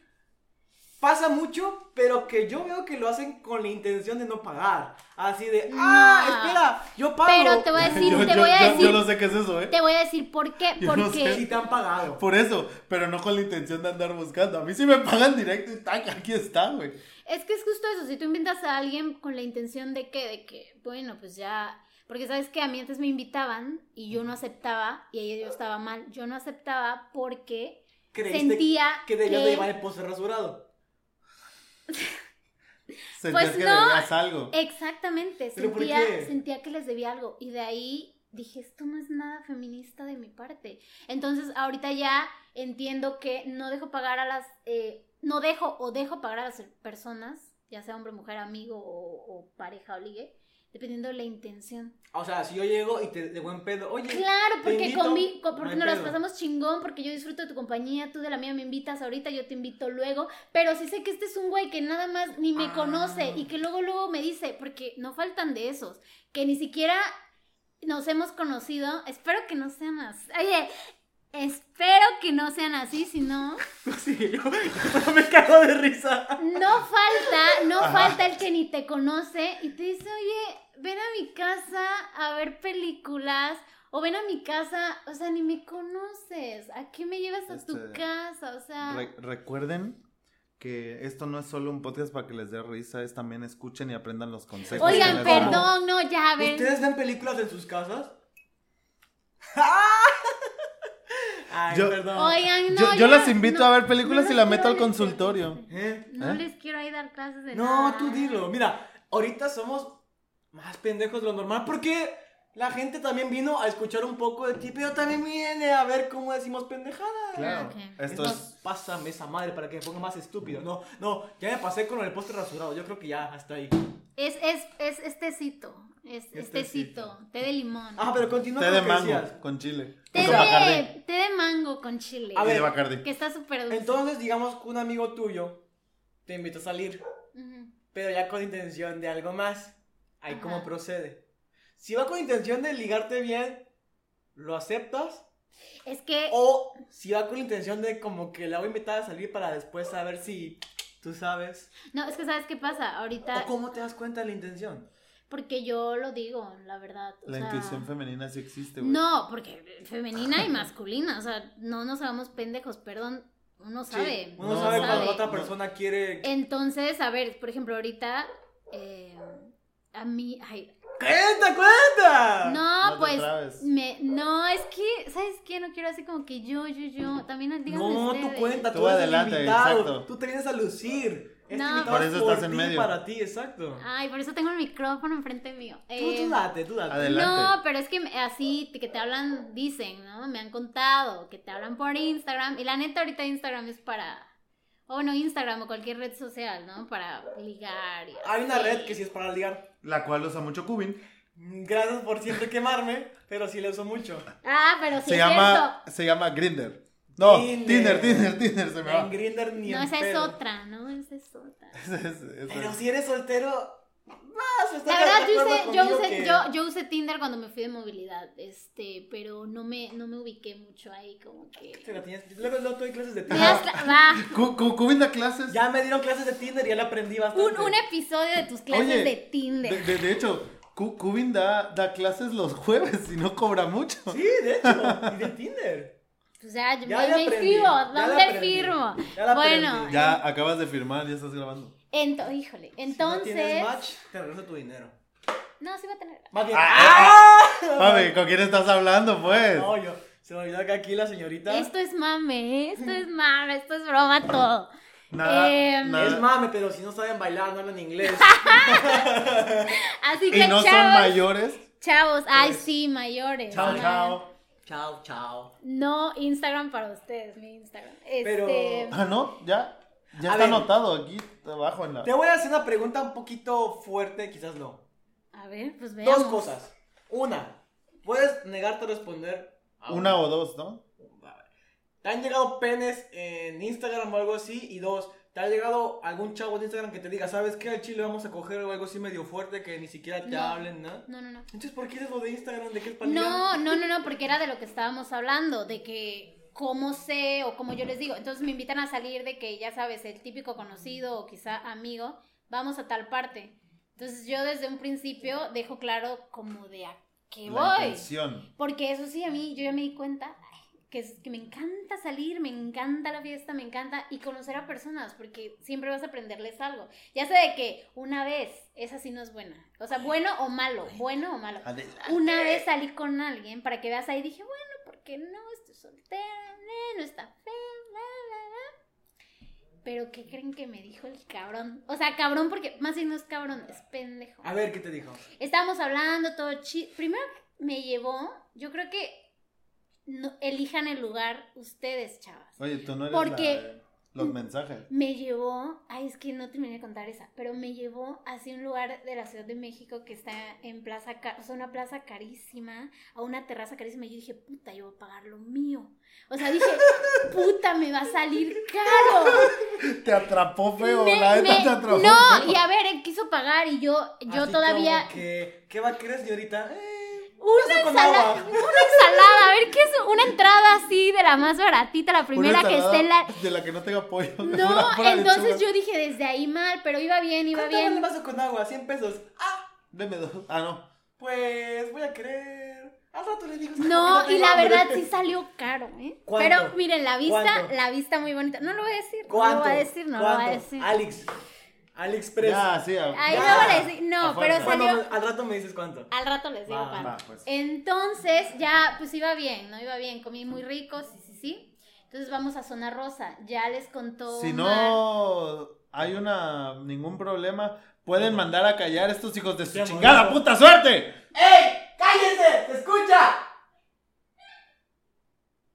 A: pasa mucho, pero que yo veo que lo hacen con la intención de no pagar. Así de,
C: No.
A: ah, espera, yo pago.
C: Pero te voy
B: [LAUGHS]
C: a decir,
B: Yo-
C: te
B: yo-
C: voy a
B: yo- Yo
C: decir,
B: no sé qué es eso, ¿eh?
C: te voy a decir por qué,
B: Yo no
A: Si
C: porque
A: te han pagado.
B: Por eso, pero no con la intención de andar buscando. A mí sí me pagan directo y tac, aquí está, güey.
C: es que es justo eso, si tú invitas a alguien con la intención de que, de que, bueno, pues ya, porque sabes que a mí antes me invitaban y yo no aceptaba y ahí yo estaba mal, yo no aceptaba porque
A: ¿Creíste
C: sentía
A: que
C: que,
A: debías de llevar el poste rasurado?
B: Sentías
C: Pues
B: que
C: no. Eh.
B: debías algo. [LAUGHS]
C: exactamente,
A: ¿Pero por
C: sentía,
A: qué?
C: sentía que les debía algo y de ahí dije, esto no es nada feminista de mi parte. Entonces ahorita ya entiendo que no dejo pagar a las, eh, no dejo o dejo pagar a las personas, ya sea hombre, mujer, amigo o, o pareja o ligue, dependiendo de la intención.
A: O sea, si yo llego y te de buen pedo, oye.
C: Claro,
A: te
C: porque,
A: invito,
C: convi- co-
A: no
C: porque
A: hay
C: nos las
A: pedo.
C: pasamos chingón, porque yo disfruto de tu compañía, tú de la mía me invitas ahorita, yo te invito luego, pero sí sé que este es un güey que nada más ni me
A: Ah.
C: conoce y que luego luego me dice, porque no faltan de esos, que ni siquiera nos hemos conocido, espero que no sean así, oye, espero que no sean así, si no...
A: Sí, yo, yo me cago de risa.
C: No falta, no
B: Ajá.
C: falta el que ni te conoce y te dice, oye, ven a mi casa a ver películas o ven a mi casa, o sea, ni me conoces, ¿a qué me llevas a tu
B: Este,
C: casa? O sea,
B: Re- recuerden que esto no es solo un podcast para que les dé risa, es también escuchen y aprendan los consejos. que
C: oigan,
B: les damos.
C: perdón, no, ya, a ver.
A: ¿Ustedes ven películas en sus casas? [LAUGHS] Ay,
B: Yo-
A: perdón.
C: Oigan, no.
B: Yo, yo
C: ya,
B: los invito
C: no,
B: a ver películas
C: no
B: y la
C: les
B: meto
C: quiero
B: al
C: ir-
B: consultorio.
A: ¿Eh?
C: No
B: ¿Eh?
C: les quiero ahí dar clases de
A: No,
C: nada.
A: tú dilo. Mira, ahorita somos más pendejos de lo normal porque la gente también vino a escuchar un poco de ti, pero también viene a ver cómo decimos pendejadas.
B: Claro.
C: Ok.
B: Esto
A: Es
B: es.
A: más, pásame esa madre para que me ponga más estúpido. No, no, ya me pasé con el postre rasurado. Yo creo que ya, hasta ahí.
C: Es, es, es, es tecito, es, es
A: Es tecito.
C: tecito, té de limón.
A: Ah, pero continúa
B: Té
A: con
B: de
A: lo que decías.
B: mango con chile.
C: té,
B: Y
C: de,
B: de Bacardí.
C: té de mango con chile,
A: A
B: Y de
A: ver,
B: Bacardí.
C: que está súper dulce.
A: Entonces, digamos que un amigo tuyo te invita a salir,
C: Ujú.
A: pero ya con intención de algo más. Ahí
C: Ajá.
A: cómo procede. Si va con intención de ligarte bien, ¿lo aceptas?
C: Es que...
A: O si va con la intención de como que la voy a invitar a salir para después saber si tú sabes.
C: No, es que sabes qué pasa ahorita,
A: ¿O cómo te das cuenta de la intención?
C: porque yo lo digo, la verdad. o
B: La
C: sea,
B: intuición femenina sí existe, güey.
C: No, porque femenina y masculina, o sea, no nos hagamos pendejos, perdón, uno sabe. Eh,
A: Sí, uno
B: No
A: sabe cuando
B: sabe.
A: la otra persona quiere.
C: Entonces, a ver, por ejemplo, ahorita, eh, a mí, ay,
A: ¡Cuenta, cuenta!
C: no,
B: no te
C: pues,
B: trabes.
C: me, no, es que, ¿sabes qué? No quiero así como que yo, yo, yo, también díganme
A: No, tú
C: ustedes.
A: cuenta, tú,
B: Tú
A: eres el
B: adelante,
A: invitado.
B: exacto.
A: Tú te vienes a lucir. Este
C: No.
A: invitado
B: Por
A: es
B: eso
A: por
B: estás en
A: ti,
B: medio.
A: Para ti, exacto.
C: Ay, por eso tengo el micrófono enfrente mío.
A: Tú,
C: Eh,
A: tú date, tú date.
B: Adelante.
C: No, pero es que me- así te- que te hablan, dicen, ¿no? Me han contado que te hablan por Instagram. Y la neta, ahorita Instagram es para. O bueno, Instagram o cualquier red social, ¿no? Para ligar. y
A: Hay una
C: así.
A: red que sí es para ligar.
B: La cual usa mucho Cubin.
A: Mm, Gracias por siempre quemarme, pero sí le uso mucho.
C: Ah, pero sí
B: Se
C: es
B: llama, se llama Grinder. No,
A: Tinder.
B: Tinder, Tinder, Tinder, se me
A: En
B: va.
A: Grindr ni
C: cierto. No,
A: en
C: esa es
A: pedo.
C: otra, ¿no? Esa es otra.
B: Ese [LAUGHS] es- ese es-
A: Pero si eres soltero, vas a estar
C: La verdad,
A: de
C: yo
A: acuerdo
C: usé, yo,
A: conmigo
C: usé,
A: que-
C: yo, yo usé Tinder cuando me fui de movilidad, este, pero no me, no me ubiqué mucho ahí, como que.
A: Pero tienes- Luego no doy clases de
C: Me
A: Tinder.
C: das la- va,
B: Cu- cu- Cubin da clases.
A: Ya me dieron clases de Tinder y ya le aprendí
C: un,
A: bastante.
C: un episodio de tus clases
B: Oye,
C: de Tinder.
B: De, de- de hecho, Cu- Cubin da, da clases los jueves y no cobra mucho.
A: Sí, de hecho, y de Tinder.
C: O sea, yo
A: Ya
C: me,
A: le
C: me
A: aprendí,
C: inscribo,
A: ya le
C: ¿dónde
A: aprendí,
C: firmo?
A: ya le
C: Bueno,
A: aprendí.
B: Ya acabas de firmar, ya estás grabando.
C: ento- híjole,
A: Si no
C: entonces.
A: tienes match, te regreso tu dinero.
C: no, sí va a tener.
A: Más bien. Ah.
B: Mami, ¿con quién estás hablando, pues?
A: No, yo. Se me olvidó que aquí la señorita.
C: Esto es mame, esto es mame, esto es broma todo.
B: Nada,
C: eh,
B: nada.
A: Es mame, pero si no saben bailar, no hablan inglés.
C: [LAUGHS] Así que
B: Y no son
C: chavos,
B: mayores.
C: chavos, ay sí, mayores.
B: Chao,
C: ma-
B: chao.
A: Pues, chao, chao.
C: No Instagram para ustedes, mi Instagram.
A: Pero-
C: Este,
B: Ah, no, ya. Ya
A: A
B: está
A: ver.
B: anotado aquí abajo en la.
A: Te voy a hacer una pregunta un poquito fuerte, quizás no.
C: a ver, pues veamos.
A: Dos cosas. Una, puedes negarte a responder. a
B: Una o dos, ¿no?
A: ¿Te han llegado penes en Instagram o algo así? Y dos, ¿te ha llegado algún chavo de Instagram que te diga, ¿sabes qué? Al chile vamos a coger o algo así medio fuerte que ni siquiera te
C: No.
A: hablen, ¿no?
C: No, no, no.
A: Entonces, ¿por qué dices lo de Instagram? ¿De qué es para ligar?
C: No, no, no, no, porque era de lo que estábamos hablando, de que cómo sé o cómo yo les digo. Entonces me invitan a salir de que, ya sabes, el típico conocido o quizá amigo, vamos a tal parte. Entonces yo desde un principio dejo claro como de a qué
B: La
C: voy.
B: intención.
C: Porque eso sí, a mí yo ya me di cuenta ay, que, es- que me encanta salir, me encanta la fiesta, me encanta y conocer a personas, porque siempre vas a aprenderles algo. Ya sé de que una vez, esa sí no es buena. O sea, bueno o malo, bueno o malo.
B: Adelante.
C: Una vez salí con alguien para que veas ahí, dije, bueno, porque no? Estoy soltera, eh, no está fea, bla, bla, bla. Pero ¿qué creen que me dijo el cabrón? O sea, cabrón porque más bien no es cabrón, es pendejo.
A: A ver, ¿qué te dijo?
C: Estábamos hablando, todo chido. Primero me llevó, yo creo que no- elijan el lugar ustedes, chavas.
B: Oye, tú no eres
C: Porque-
B: la, los mensajes.
C: Me llevó, ay, es que no terminé de contar esa, pero me llevó hacia un lugar de la Ciudad de México que está en plaza, ca- o sea, una plaza carísima, a una terraza carísima. Y yo dije, puta, yo voy a pagar lo mío. O sea, dije,
B: [LAUGHS]
C: puta, me va a salir caro.
B: Te atrapó feo,
C: Me-
B: la neta
C: me-
B: te atrapó.
C: no,
B: feo.
C: y a ver, él quiso pagar y yo, yo
A: Así
C: todavía.
A: como que, ¿Qué va a querer, señorita? Eh,
C: Una
A: vaso con
C: ensalada, una
A: agua.
C: ensalada, a ver qué es una entrada así de la más baratita, la
B: Una
C: primera que
B: ensalada
C: esté en la.
B: De la que no tenga pollo. [LAUGHS]
C: No, entonces yo dije desde ahí mal, pero iba bien, iba
A: ¿Cuánto vale el
C: bien.
A: vaso con agua? 100 pesos. Ah,
B: Deme dos. Ah, no.
A: pues voy a querer. Al rato le digo.
B: [LAUGHS]
C: No, y
A: tengo
C: la
A: hambre.
C: verdad
A: [LAUGHS]
C: sí salió caro, ¿eh?
A: ¿Cuánto?
C: Pero miren, la vista,
A: ¿Cuánto?
C: la vista muy bonita. No lo voy a decir, no lo
A: ¿Cuánto?
C: voy a decir, no lo voy a
A: ¿Cuánto?
C: decir.
A: Alex. Alex Press.
B: Ya, sí. a-
C: Ahí
B: ya.
A: no
C: luego les di- no,
B: Afuera.
C: pero
A: Cuando
C: salió-
A: me- al rato me dices cuánto.
C: Al rato les digo
A: Va,
C: cuánto.
B: va, pues.
C: Entonces, ya, pues iba bien, ¿no? Iba bien, comí muy rico, sí, sí, sí. Entonces vamos a Zona Rosa, ya les contó.
B: Si
C: Omar.
B: no hay una ningún problema, pueden mandar a callar estos hijos de su
A: Sí, amor.
B: chingada puta suerte.
A: ¡Ey! ¡Cállense! ¡Se escucha!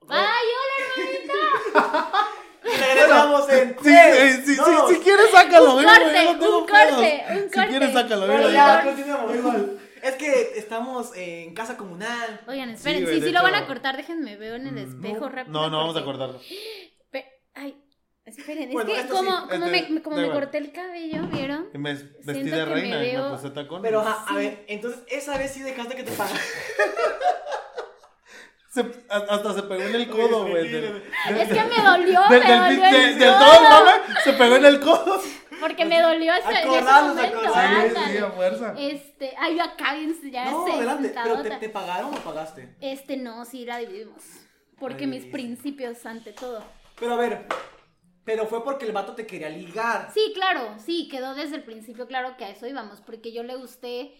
C: ¡Ay, hola,
A: Regresamos en
B: Sí, eh,
A: tres,
B: sí, sí,
A: dos.
B: si quieres sácalo,
C: Un
B: venga, yo
C: corte,
B: no tengo
C: un corte,
B: pedos.
C: un
B: Si
C: corte.
B: quieres sácalo,
A: Bueno,
B: venga,
A: ya,
B: ya.
A: continuamos, igual. Es que estamos en casa comunal.
C: Oigan, esperen,
B: Sí,
C: sí,
B: güey,
C: sí,
B: de
C: lo van
B: hecho- Mm,
C: a cortar, déjenme veo en el espejo rápido.
B: No, no vamos a
C: porque-
B: cortarlo.
C: Pe- Ay, esperen, es
A: Bueno,
C: que
A: esto
C: como,
A: sí,
C: como,
B: este,
C: me, como
B: da
C: me
B: igual.
C: corté el cabello, ¿vieron?
B: Y Me vestí
C: Siento
B: de
C: que me
B: reina y me
C: veo-
B: puse tacones.
A: Pero ajá, a
C: Sí.
A: ver, entonces esa vez sí dejaste que te pagara.
B: Se- a- hasta se pegó en el codo, güey.
A: Sí,
B: del-
A: sí, sí.
B: del-
C: Es que me dolió,
B: del-
C: me
B: del-
C: dolió
B: de-
C: el
B: del
C: codo.
B: todo, mame, se pegó en el codo.
C: Porque me dolió ese, en ese
A: Acordarnos,
C: momento.
A: acordarnos.
B: Sí, sí,
C: ándale.
B: a fuerza.
C: Este, ay, yo acá bien, ya
A: [LAUGHS] No,
C: sé,
A: adelante. ¿Pero te,
C: sentadota.
A: te pagaron o pagaste?
C: Este no, sí la dividimos. Porque
A: La
C: mis
A: dividiste.
C: principios ante todo.
A: Pero a ver, pero fue porque el vato te quería ligar.
C: Sí, claro, sí, quedó desde el principio claro que a eso íbamos, porque yo le gusté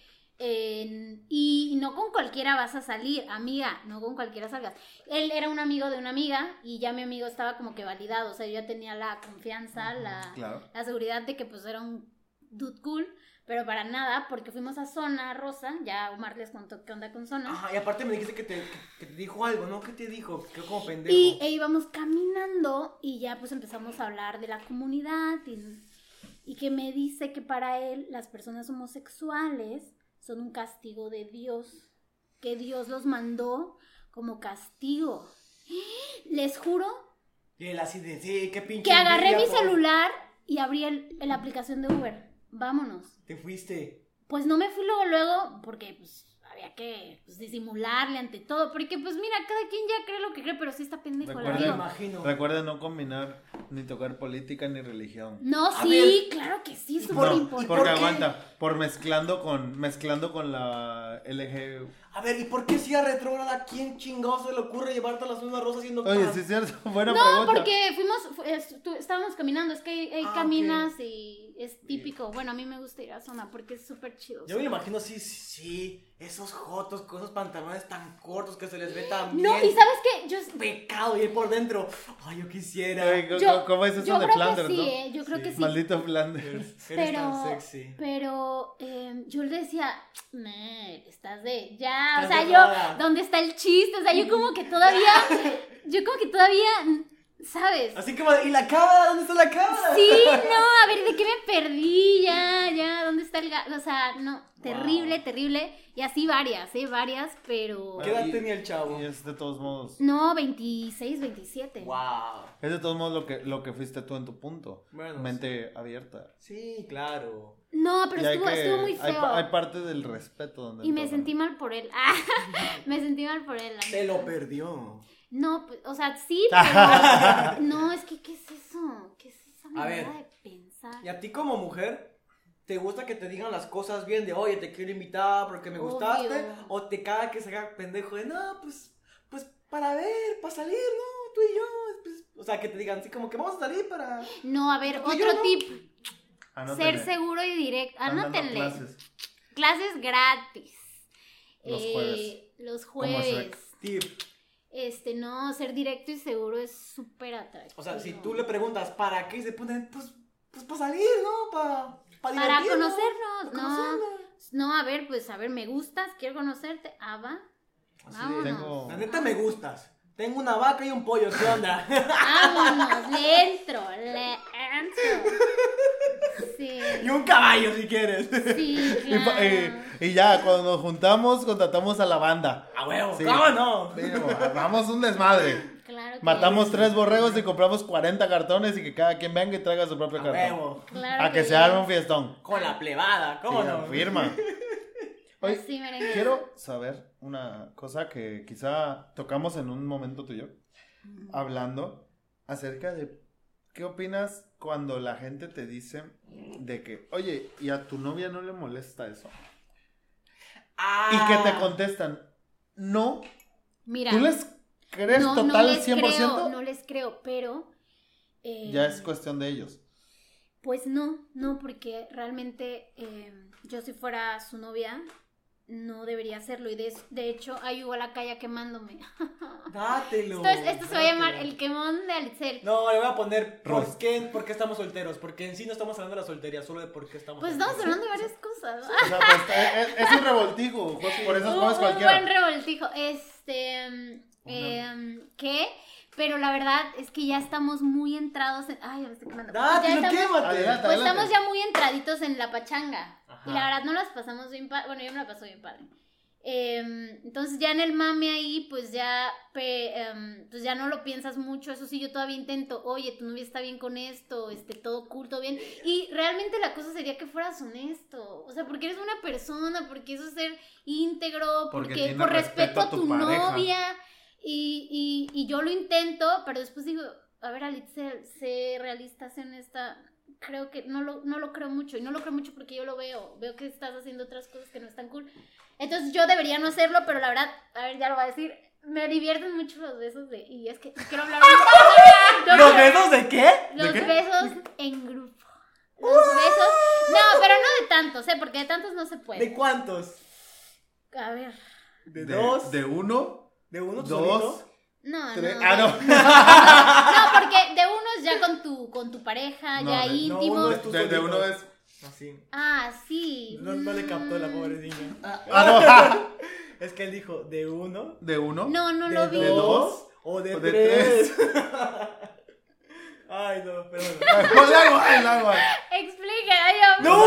C: en- y no con cualquiera vas a salir, amiga, no con cualquiera salgas. Él era un amigo de una amiga y ya mi amigo estaba como que validado, o sea, yo ya tenía la confianza, la,
B: Claro.
C: la seguridad de que pues era un dude cool, pero para nada, porque fuimos a Zona Rosa, ya Omar les contó qué onda con Zona.
A: Ajá, y aparte me dijiste que te, que, que te dijo algo, ¿no? ¿Qué te dijo? Quedó como pendejo.
C: Y e íbamos caminando y ya pues empezamos a hablar de la comunidad y, y que me dice que para él las personas homosexuales son un castigo de Dios, que Dios los mandó como castigo. Les juro
A: Y él así de, sí, qué pinche.
C: que agarré mi
A: envidia, po.
C: celular y abrí el- la aplicación de Uber. Vámonos.
A: Te fuiste.
C: Pues no me fui luego, luego, porque pues había que pues, disimularle ante todo, porque pues mira, cada quien ya cree lo que cree, pero sí está pendejo. la
A: Me
B: Recuerda-
C: digo.
A: imagino.
B: Recuerda no combinar ni tocar política ni religión.
C: No,
A: A
C: sí, claro que sí, es
A: ¿Y
C: súper
A: por-
B: No,
A: ¿y
C: importante.
A: por
B: porque
A: qué?
B: aguanta, por mezclando con mezclando con la LG.
A: A ver, ¿y por qué si a retrógrada quién chingado se le ocurre llevarte a las mismas rosas siendo
B: Oye,
A: tan-
B: sí es cierto, [LAUGHS] buena
C: No,
B: pregunta.
C: porque fuimos, fu- estu- estábamos caminando, es que ahí ahí
A: Ah,
C: caminas y es típico. Bueno, a mí me gusta ir a zona porque es súper chido.
A: Yo me lo imagino sí, sí, sí, esos jotos con esos pantalones tan cortos que se les ve tan
C: No,
A: bien.
C: y sabes qué, yo,
A: Pecado y él por dentro. Ay, yo quisiera.
B: Ay, co-
C: yo,
B: co- Eh, ¿Cómo es
C: yo
B: eso de
C: creo
B: Flanders,
C: que sí,
B: no?
C: eh, yo creo
A: Sí.
C: que sí.
B: Maldito Flanders.
A: Eres, eres
C: Pero,
A: tan sexy.
C: pero eh, yo le decía, "Nel, estás de ya, o
A: Estás
C: sea,
A: de
C: yo,
A: joda.
C: ¿dónde está el chiste? O sea, yo como que
A: [LAUGHS]
C: todavía, yo como que todavía, ¿sabes?
A: Así como, ¿y la cámara? ¿Dónde está la cámara?
C: Sí, no, a ver, ¿de qué me perdí? Ya, ya, ¿dónde está el gato? O sea, no, terrible, terrible. Y así varias, ¿eh? Varias, pero...
A: ¿Qué edad
B: Y-
A: tenía el chavo?
B: Y es de todos modos.
C: No, 26, 27.
A: Wow.
B: Es de todos modos lo que, lo que fuiste tú en tu punto.
A: Bueno,
B: Mente abierta.
A: Sí, claro.
C: No, pero
B: Y hay
C: estuvo,
B: que-
C: estuvo muy
B: Hay,
C: feo.
B: pa- hay parte del respeto donde.
C: y me
B: entorna.
C: sentí mal por él. [LAUGHS] Ah, me sentí mal por él. la
A: Se
C: neta.
A: lo perdió.
C: No, pues, o sea,
B: [LAUGHS]
C: sí, pero... no, es que, ¿qué es eso? ¿Qué es esa
A: A
C: manera
A: ver.
C: de pensar?
A: ¿Y a ti como mujer? ¿Te gusta que te digan las cosas bien de, oye, te quiero invitar porque me gustaste?
C: Obvio.
A: ¿O te caga que se haga pendejo de, no, pues, pues para ver, para salir, ¿no? Tú y yo. pues", o sea, que te digan así como que vamos a salir para...
C: No, a ver,
A: Pues Yo
C: otro
A: no-
C: tip.
B: Anótenle.
C: Ser seguro y directo.
B: Están dando
C: Anótenle.
B: clases.
C: Clases gratis.
B: Los
C: Eh,
B: jueves.
C: Los
B: Como Shrek.
C: jueves.
A: Tip.
C: Este, no, ser directo y seguro es súper atractivo.
A: O sea, si tú le preguntas, ¿para qué? Y se ponen, pues, pues para salir, ¿no? Para...
C: Para
A: divertirnos,
C: conocernos,
A: para
C: no.
A: Pues conocernos.
C: No, a ver, pues, a ver, me gustas, quiero conocerte. Ava.
A: Así de,
C: Vámonos.
B: Tengo-
A: La neta me gustas. Tengo una vaca y un pollo, ¿qué onda? [LAUGHS]
C: Vámonos, le entro,
B: [LAUGHS]
C: le entro. Sí,
A: y un caballo si quieres. [LAUGHS]
C: sí,
B: [LAUGHS] Y, pa-
C: claro.
B: eh, y ya, cuando nos juntamos, contratamos a la banda.
A: A huevo,
B: Sí.
A: ¿cómo no?
B: Pero, Vamos un desmadre.
C: Claro que
B: Matamos tres borregos y compramos 40 cartones y que cada quien venga y traiga su propio
A: A
B: cartón.
A: huevo.
C: claro
B: A que se
C: sí.
B: arme un fiestón.
A: Con la plebada, ¿cómo
B: Sí,
A: no? [LAUGHS]
B: Firma. Oye,
C: Así, Pues merengue.
B: Quiero saber una cosa que quizá tocamos en un momento tuyo, hablando acerca de qué opinas cuando la gente te dice de que, oye, y a tu novia no le molesta eso.
A: Ah.
B: Y que te contestan, no,
C: Mira,
B: tú les crees
C: no, no
B: total
C: les
B: 100%,
C: creo, no les creo, pero... eh,
B: ya es cuestión de ellos.
C: Pues no, no, porque realmente eh, yo si fuera su novia no debería hacerlo y de, de hecho ahí hubo la calle quemándome.
A: Dátelo.
C: Esto, es- esto se va a llamar
A: dátelo.
C: el quemón de Alitzel.
A: No, le voy a poner
B: Ros.
A: ¿por qué, por qué estamos solteros. Porque en sí no estamos hablando de la soltería, solo de por qué estamos
C: Pues estamos
A: solteros.
C: hablando de varias cosas.
B: O sea, pues, es, es- es un revoltijo, pues, por eso
C: Un,
B: comes
C: un buen
B: cualquiera.
C: revoltijo. Este, mm, em, ¿qué? Pero la verdad es que ya estamos muy entrados en... Ay, ya me estoy quemando.
B: Ah,
A: Dátelo,
C: ya estamos-
A: quémate.
B: Adelante.
C: Pues estamos ya muy entraditos en la pachanga.
A: Ajá.
C: Y la verdad no las pasamos bien padre. Bueno, yo me la paso bien padre. Em, entonces ya en el mame ahí, pues ya, pe- em, pues ya no lo piensas mucho. Eso sí, yo todavía intento, oye, tu novia está bien con esto, este, todo cool, todo bien. Y realmente la cosa sería que fueras honesto. O sea, porque eres una persona, porque eso es ser íntegro,
B: Porque
C: porque,
B: tiene
C: por
B: respeto
C: respeto
B: a
C: a
B: tu
C: tu
B: pareja.
C: novia. Y, y, y yo lo intento, pero después digo, a ver, Alitzel, sé realista, sé honesta. Creo que no lo, no lo creo mucho. Y no lo creo mucho porque yo lo veo. Veo que estás haciendo otras cosas que no están cool. Entonces yo debería no hacerlo, pero la verdad, a ver, ya lo voy a decir. Me divierten mucho los besos de. Y es que
B: [LAUGHS]
C: quiero hablar. No
A: ¿Los
C: quiero-
A: dedos de qué?
C: los
B: qué?
C: besos en grupo. Los besos. No, pero no de tantos, ¿eh? Porque de tantos no se
A: ¿De
C: puede.
A: cuántos?
C: A ver.
A: ¿De, dos?
B: de uno,
A: ¿De uno?
B: dos,
A: solito?
C: No,
B: tres.
C: no.
B: Ah, no.
A: Ah,
C: No, porque de uno es ya con tu, con tu pareja,
B: No,
C: ya
B: de- no,
C: íntimo.
A: uno es- Tú
B: De, de
A: solito.
B: uno es.
A: Así.
C: Ah, sí.
A: No, no le captó ¿eh? la
C: Mm.
A: pobre niña.
B: Ah, no.
A: Es que él dijo, ¿de
C: [LAUGHS]
A: uno?
B: De uno.
C: No, no
A: ¿De
C: lo vi.
A: dos?
B: ¿De dos?
A: ¿O de,
B: ¿O de
A: tres? [LAUGHS] Ay, no, pero bueno.
C: [LAUGHS]
B: Ay, el agua, el agua.
C: Explique, ay,
A: ¡No!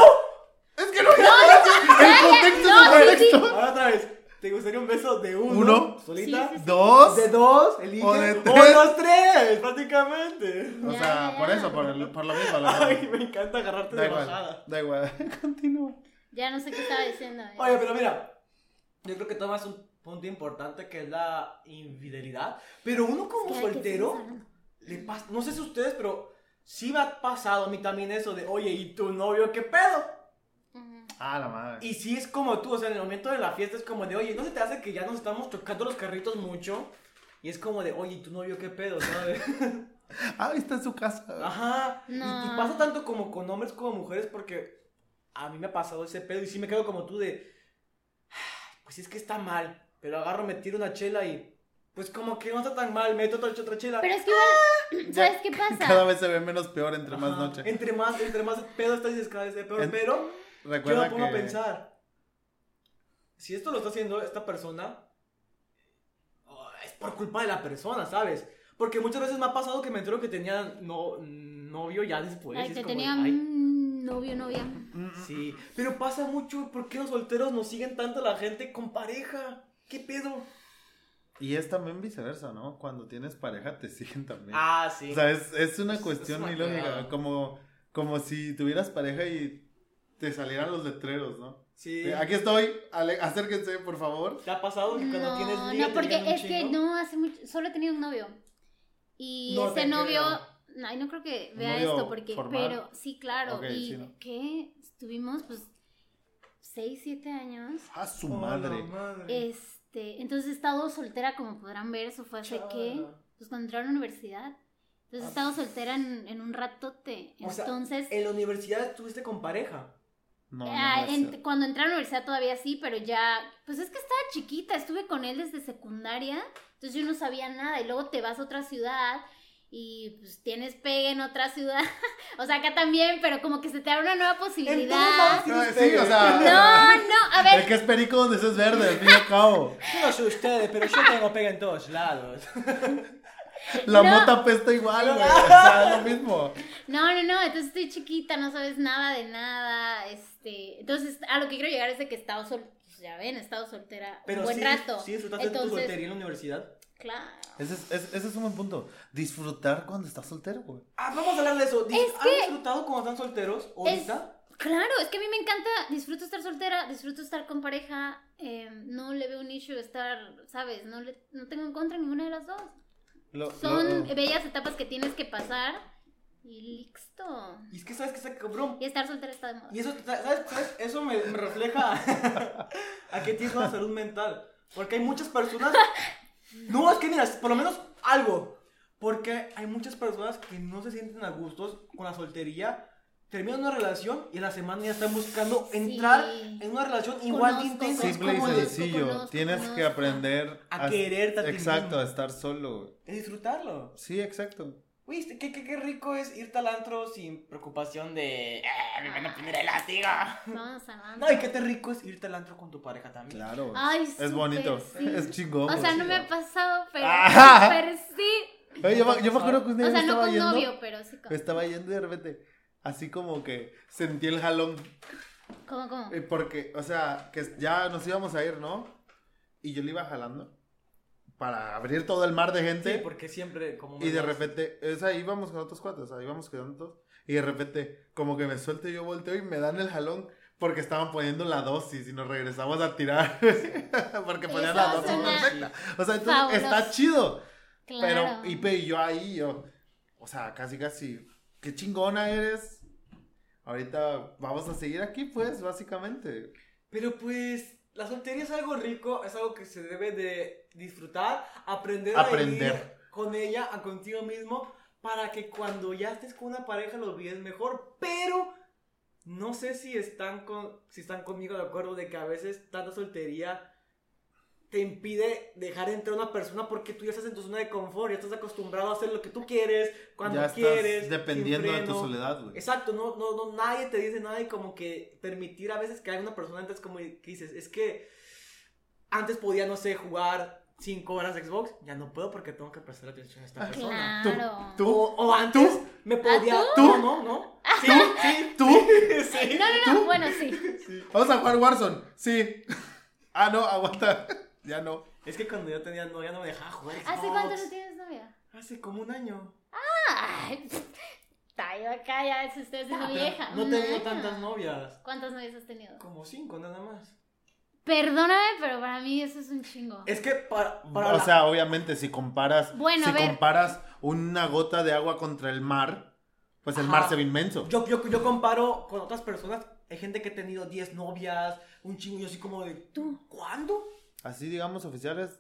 B: Es que no El contexto
C: no, sí,
B: es el contexto.
A: Ahora otra vez. ¿Te gustaría un beso de uno?
B: Uno.
A: ¿Solita?
C: Sí, sí, sí.
B: Dos.
A: ¿De dos? ¿Elige?
B: O de
A: ¡O
B: tres.
A: los tres! Prácticamente.
B: O
C: Ya,
B: sea,
C: ya.
B: por eso, por, el- por lo mismo. la verdad.
A: Ay, me encanta agarrarte
B: da
A: de
B: igual.
A: bajada.
B: Da igual. [LAUGHS] Continúa.
C: [LAUGHS] Ya no sé qué estaba diciendo. eh.
A: Oye, pero mira, yo creo que tomas un punto importante que es la infidelidad. Pero uno
C: Es
A: como
C: que hay que
A: soltero,
C: pensar.
A: le pas- no sé si ustedes, pero sí me ha pasado a mí también eso de, oye, ¿y tu novio qué pedo?
C: Ujú.
B: Ah, la madre.
A: Y sí es como tú, o sea, en el momento de la fiesta es como de, oye, ¿no se te hace que ya nos estamos chocando los carritos mucho? Y es como de, oye, ¿y tu novio qué pedo, sabes?
B: Ah, está en su casa.
A: Ajá. Y- Y,
C: No.
A: pasa tanto como con hombres como mujeres porque a mí me ha pasado ese pedo y sí me quedo como tú de, "Ah, pues es que está mal, pero agarro, me tiro una chela y pues como que no está tan mal, meto otra, otra chela.
C: Pero es que
A: Ah.
C: igual, ¿sabes qué
B: Cada
C: pasa?
B: vez se ve menos peor entre más
A: Ajá.
B: noche.
A: Entre más, entre más pedo estás y es cada vez peor,
B: En-
A: pero yo
B: Recuerda
A: me pongo a
B: que.
A: pensar. Si esto lo está haciendo esta persona, oh, es por culpa de la persona, ¿sabes? Porque muchas veces me ha pasado que me entero que tenía no, novio ya después. y
C: Ay,
A: es
C: que
A: como de,
C: tenía
A: "Ay,
C: mm, novio, novia.
B: Mm, mm.
A: Sí, pero pasa mucho. ¿Por qué los solteros nos siguen tanto la gente con pareja? ¿Qué pedo?
B: Y es también viceversa, ¿no? Cuando tienes pareja te siguen también.
A: Ah, sí.
B: O sea, es, es una
A: Es- es
B: cuestión
A: una
B: ilógica.
A: cagada.
B: Como, como si tuvieras pareja y te salieran los letreros, ¿no? Eh,
A: sí.
B: Aquí estoy, ale- acérquense, por favor.
A: ¿Te ha pasado que cuando tienes
C: No,
A: liga te
C: no, porque
A: llegan un
C: es que
A: chingo?
C: no hace mucho, solo he tenido un novio. Y
A: No te
C: ese novio,
A: creo.
C: ay, no creo que vea
B: novio
C: esto porque,
B: formal?
C: pero sí, claro.
B: Ok,
C: y
B: sí, ¿no?
C: que estuvimos pues 6, 7 años.
B: A su
A: Oh, la
B: madre.
A: madre.
C: Este, entonces he estado soltera, como podrán ver, eso fue hace
A: Chala.
C: que, pues cuando entré a la universidad. Entonces he
A: Ah,
C: estado soltera en, en un ratote.
A: O sea,
C: Entonces,
A: En la universidad estuviste con pareja.
B: No, no,
C: ah,
B: no es
C: en-
B: cierto.
C: cuando entré a la universidad todavía sí, pero ya, pues es que estaba chiquita, estuve con él desde secundaria, entonces yo no sabía nada y luego te vas a otra ciudad. y pues tienes pegue en otra ciudad. [LAUGHS] o sea, acá también, pero como que se te abre una nueva
A: En todos lados
C: posibilidad.
B: No,
A: tiene
B: sí,
A: pegue.
B: o sea.
C: No, no, a
B: El
C: ver,
B: que es perico donde eso es verde, al fin y al cabo.
A: Yo no sé ustedes, pero yo tengo pega en todos
C: [LAUGHS]
A: lados.
B: La
C: No.
B: mota pesta igual, güey. O sea, es lo mismo.
C: No, no, no, entonces estoy chiquita, no sabes nada de nada, este, entonces a lo que quiero llegar es de que he estado sol, pues, ya ven, he estado soltera
A: Pero
C: un buen
A: sí,
C: rato.
A: sí disfrutaste de tu soltería en la universidad.
C: Claro.
B: Ese es, es- ese es un buen punto. Disfrutar cuando estás soltero, güey.
A: Ah, vamos a hablar de eso. Dis-
C: Es
A: ¿Han
C: que-
A: disfrutado cuando están solteros? ¿Ahorita?
C: Claro, es que a mí me encanta, disfruto estar soltera, disfruto estar con pareja, eh, no le veo un issue estar, sabes, no, le, no tengo en contra ninguna de las dos.
B: Lo-
C: Son
B: lo-
C: bellas etapas que tienes que pasar y listo.
A: Y es que sabes que está cabrón.
C: Y estar soltera está de moda.
A: Y eso, ¿sabes? ¿sabes? Eso me, me refleja [LAUGHS] a- a qué tiene la salud mental. Porque hay muchas [LAUGHS] personas. No, es que mira, por lo menos algo. Porque hay muchas personas que no se sienten a gustos con la soltería. Terminan una relación y a la semana ya están buscando
C: Sí.
A: entrar en una relación igual de
C: Conozco,
A: intensa. Es
B: Simple y
A: como de-
C: conozco,
B: sencillo.
C: conozco,
B: Tienes
C: conozco.
B: que aprender
A: A quererte a ti
B: Exacto,
A: mismo.
B: a estar solo, güey.
A: de disfrutarlo.
B: Sí, exacto.
A: Uy, este, qué, qué, qué rico es irte al antro sin preocupación de. "Ah, me van a poner el látigo!
C: Vamos avanzando.
A: No, y qué te rico es irte al antro con tu pareja también.
B: Claro.
C: Ay,
B: es
C: súper,
B: bonito.
C: sí.
B: [LAUGHS] Es chingón.
C: O sea, no
B: güey.
C: me ha pasado, pero,
B: Ajá.
C: pero sí.
B: Oye, yo, me- yo me acuerdo que un día
C: O sea,
B: yo
C: no
B: estaba
C: con
B: yendo. Pues,
C: novio, pero sí con.
B: Estaba yendo y de repente, así como que sentí el jalón.
C: ¿Cómo, cómo?
B: eh, Porque, o sea, que ya nos íbamos a ir, ¿no? Y yo le iba jalando para abrir todo el mar de gente.
A: Sí, porque siempre como
B: este Y de
A: menos-
B: repente, es ahí vamos con otros cuatro, o sea, íbamos quedando todos. Y de repente, como que me suelto y yo volteo y me dan el jalón porque estaban poniendo la dosis y nos regresamos a tirar. [LAUGHS] porque ponían la
C: Eso
B: dosis
C: suena
B: perfecta. O sea, entonces
C: fabuloso.
B: está chido.
C: Claro.
B: Pero, y, pe- y yo ahí, yo, o sea, casi, casi, qué chingona eres. Ahorita vamos a seguir aquí, pues, básicamente.
A: Pero pues, la soltería es algo rico, es algo que se debe de disfrutar, aprender,
B: Aprender.
A: a vivir con ella, a contigo mismo, para que cuando ya estés con una pareja lo vives mejor. Pero no sé si están, con, si están conmigo de acuerdo de que a veces tanta soltería te impide dejar entrar a una persona porque tú ya estás en tu zona de confort, ya estás acostumbrado a hacer lo que tú quieres, cuando
B: ya
A: quieres.
B: estás
A: sin
B: dependiendo de tu
A: freno.
B: soledad, güey.
A: Exacto, no, no, no, nadie te dice nada y como que permitir a veces que haya una persona antes como que dices, es que antes podía, no sé, jugar 5 horas Xbox, ya no puedo porque tengo que prestar atención a esta persona.
B: Tú,
C: Claro.
B: tú,
A: O, o antes
B: ¿Tú?
A: me podía...
C: ¿Ah,
B: tú?
A: No, no,
C: [LAUGHS]
A: no. Sí, sí,
B: tú.
A: sí.
C: No, no, no, bueno, sí.
B: Vamos a jugar Warzone. Sí. Ah, no, aguanta. Ya no.
A: Es que cuando yo tenía novia no me dejaba jugar Xbox.
C: ¿Hace cuánto no tienes novia?
A: Hace como un año.
C: Ay, está yo acá, ya se está haciendo
A: Ah, pero
C: vieja.
A: No
C: Un
A: tengo
C: año.
A: tantas novias.
C: ¿Cuántas novias has tenido?
A: Como cinco nada más.
C: Perdóname, pero para mí eso es un chingo.
A: Es que para... para
B: o
A: la-
B: sea, obviamente, si comparas,
C: Bueno,
B: si
C: a ver.
B: comparas una gota de agua contra el mar, pues el
A: Ajá.
B: mar se ve inmenso.
A: Yo, yo, yo comparo con otras personas. Hay gente que ha tenido 10 novias, un chingo, yo así como de, ¿tú cuándo?
B: Así, digamos, oficiales,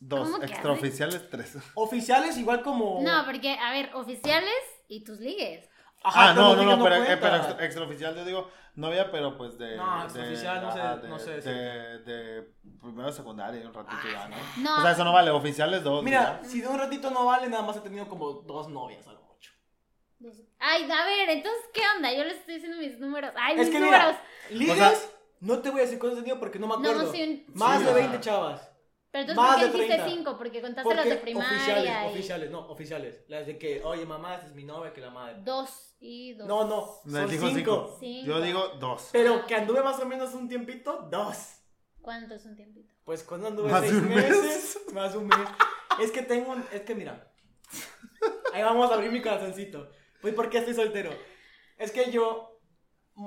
B: dos.
C: ¿Cómo que
B: Extraoficiales, tres.
A: Oficiales igual como...
C: No, porque, a ver, oficiales y tus ligues.
A: Ajá,
B: ah, no,
A: como
B: no,
A: que
B: no, pero,
A: cuenta.
B: eh, pero extra- extraoficial, yo digo, novia, pero pues de.
A: No,
B: de-
A: extraoficial, no sé-
B: ajá,
A: no sé
B: De, de primero, secundaria, un ratito ya, ¿no?
C: No.
B: O sea, eso no vale. Oficiales, dos.
A: Mira, si de un ratito no vale, nada más he tenido como dos novias a lo mucho.
C: Ay, a ver, entonces, ¿qué onda? Yo les estoy diciendo mis números. Ay,
A: Es
C: mis
A: que
C: números.
A: mira, ligues,
B: O sea-
A: no te voy a decir cuántos he tenido porque no me
C: No,
A: acuerdo.
C: sí, un-
A: Más
B: Sí,
A: de
B: ajá.
A: 20 chavas.
C: Pero entonces,
A: Más
C: ¿por qué
A: de
C: dijiste
A: 30.
C: cinco? Porque contaste
A: Porque
C: las de primaria.
A: oficiales,
C: y...
A: oficiales, no, oficiales. Las de que, oye mamá, esta es mi novia, que la madre.
C: Dos y dos.
A: No, no,
B: Me
A: son
B: dijo
A: cinco.
B: cinco.
C: Cinco.
B: Yo digo dos.
A: Pero que anduve más o menos un tiempito, dos.
C: ¿Cuánto es un tiempito?
A: Pues cuando anduve
B: Más de
A: seis
B: un mes.
A: meses, más de un mes. Es que tengo un, es que mira. Ahí vamos a abrir mi corazoncito. Pues porque estoy soltero. Es que yo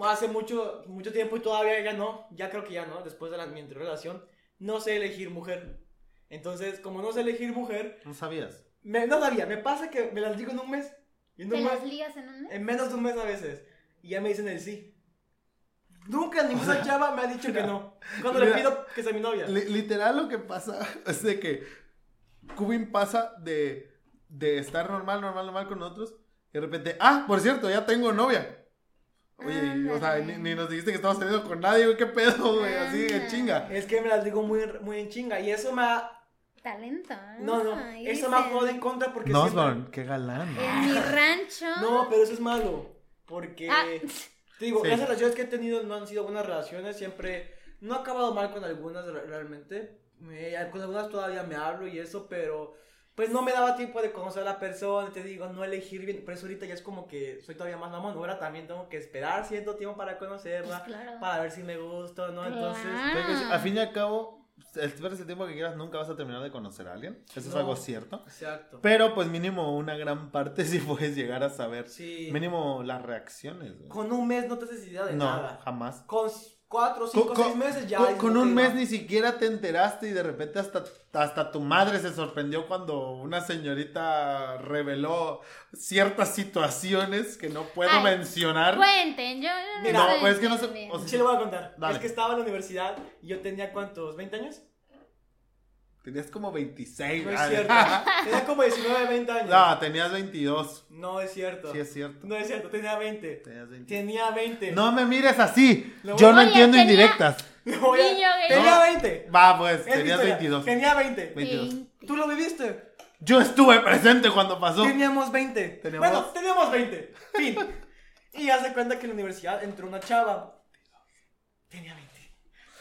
A: hace mucho mucho tiempo y todavía ya no, ya creo que ya no, después de la, mi anterior relación, no sé elegir mujer. Entonces, como no sé elegir mujer,
B: ¿No sabías?
A: me, no sabía, me pasa que me las digo en un mes. Y en,
C: ¿Te
A: un
C: las
A: mes,
C: ligas en un mes?
A: en menos de un mes a veces. Y ya me dicen el sí. Nunca ninguna chava me ha dicho que no. Cuando le
B: mira,
A: pido que sea mi novia.
B: Li- literal lo que pasa [LAUGHS] es de que Cubin pasa de, de estar normal, normal, normal con nosotros y de repente, ah, por cierto, ya tengo novia. Oye,
C: Ah,
B: y, o sea, ni, ni nos dijiste que estabas saliendo
A: Ah.
B: con nadie, güey, qué pedo, güey, así de
C: Ándale.
B: chinga.
A: Es que me las digo muy, en- muy en chinga y eso me ha
C: talento.
A: No, no,
C: Ah, Ahí
A: eso me ha
C: dicen,
A: jugado en contra porque
B: Nosborn, qué galán.
A: Ah.
C: En mi rancho.
A: siempre- No, pero eso es malo. Porque.
C: Ah, [LAUGHS]
A: Te digo,
B: Sí.
A: las relaciones que he tenido no han sido buenas relaciones. Siempre. No he acabado mal con algunas re- realmente. Me- con algunas todavía me hablo y eso, pero. Pues no me daba tiempo de conocer a la persona, te digo, no elegir bien. Por eso ahorita ya es como que soy todavía más mamón. Ahora también tengo que esperar cierto tiempo para conocerla,
C: Pues claro.
A: para ver si me gusta, ¿no? Entonces.
C: Claro.
B: Creo que sí, a fin y a cabo, esperas el tiempo que quieras, nunca vas a terminar de conocer a alguien. Eso es
A: No.
B: algo cierto.
A: Exacto.
B: Pero pues mínimo una gran parte [LAUGHS] sí puedes llegar a saber.
A: Sí.
B: Mínimo las reacciones. güey.
A: Con un mes no te haces idea de
B: no,
A: nada.
B: jamás.
A: Con cuatro, cinco, seis meses ya.
B: con-
A: es
B: con
A: lo que
B: un
A: iba.
B: mes ni siquiera te enteraste y de repente hasta, hasta tu madre se sorprendió cuando una señorita reveló ciertas situaciones que no puedo
C: Ay,
B: mencionar.
C: Cuenten, yo. yo
A: Mira,
C: sé,
A: no,
B: pues, es que no sé,
C: bien.
B: o sea,
A: Sí, le voy a contar.
B: Dale.
A: Es que estaba en la universidad y yo tenía cuántos, ¿20 años?
B: Tenías como 26.
A: No es
B: ¿vale? [LAUGHS]
A: cierto. tenía como 19, 20 años.
B: No, tenías 22.
A: No es cierto.
B: Sí, es cierto.
A: No es cierto, tenía 20.
B: Tenías 22.
A: Tenía 20.
B: No me mires así.
A: Lo
B: Yo
A: voy-
B: no
C: Oye,
B: entiendo
C: tenía-
B: indirectas.
A: No [LAUGHS] voy a-
C: Niño gay.
A: Tenía
B: No.
A: 20.
B: Va, pues,
A: Es mi
B: tenías
A: historia.
B: 22.
A: Tenía 20.
B: 22.
C: Sí.
A: ¿Tú lo viviste?
B: Yo estuve presente cuando pasó.
A: Teníamos 20.
B: Teníamos-
A: Bueno, teníamos 20. Fin. y hace cuenta que en la universidad entró una chava. Tenía 20.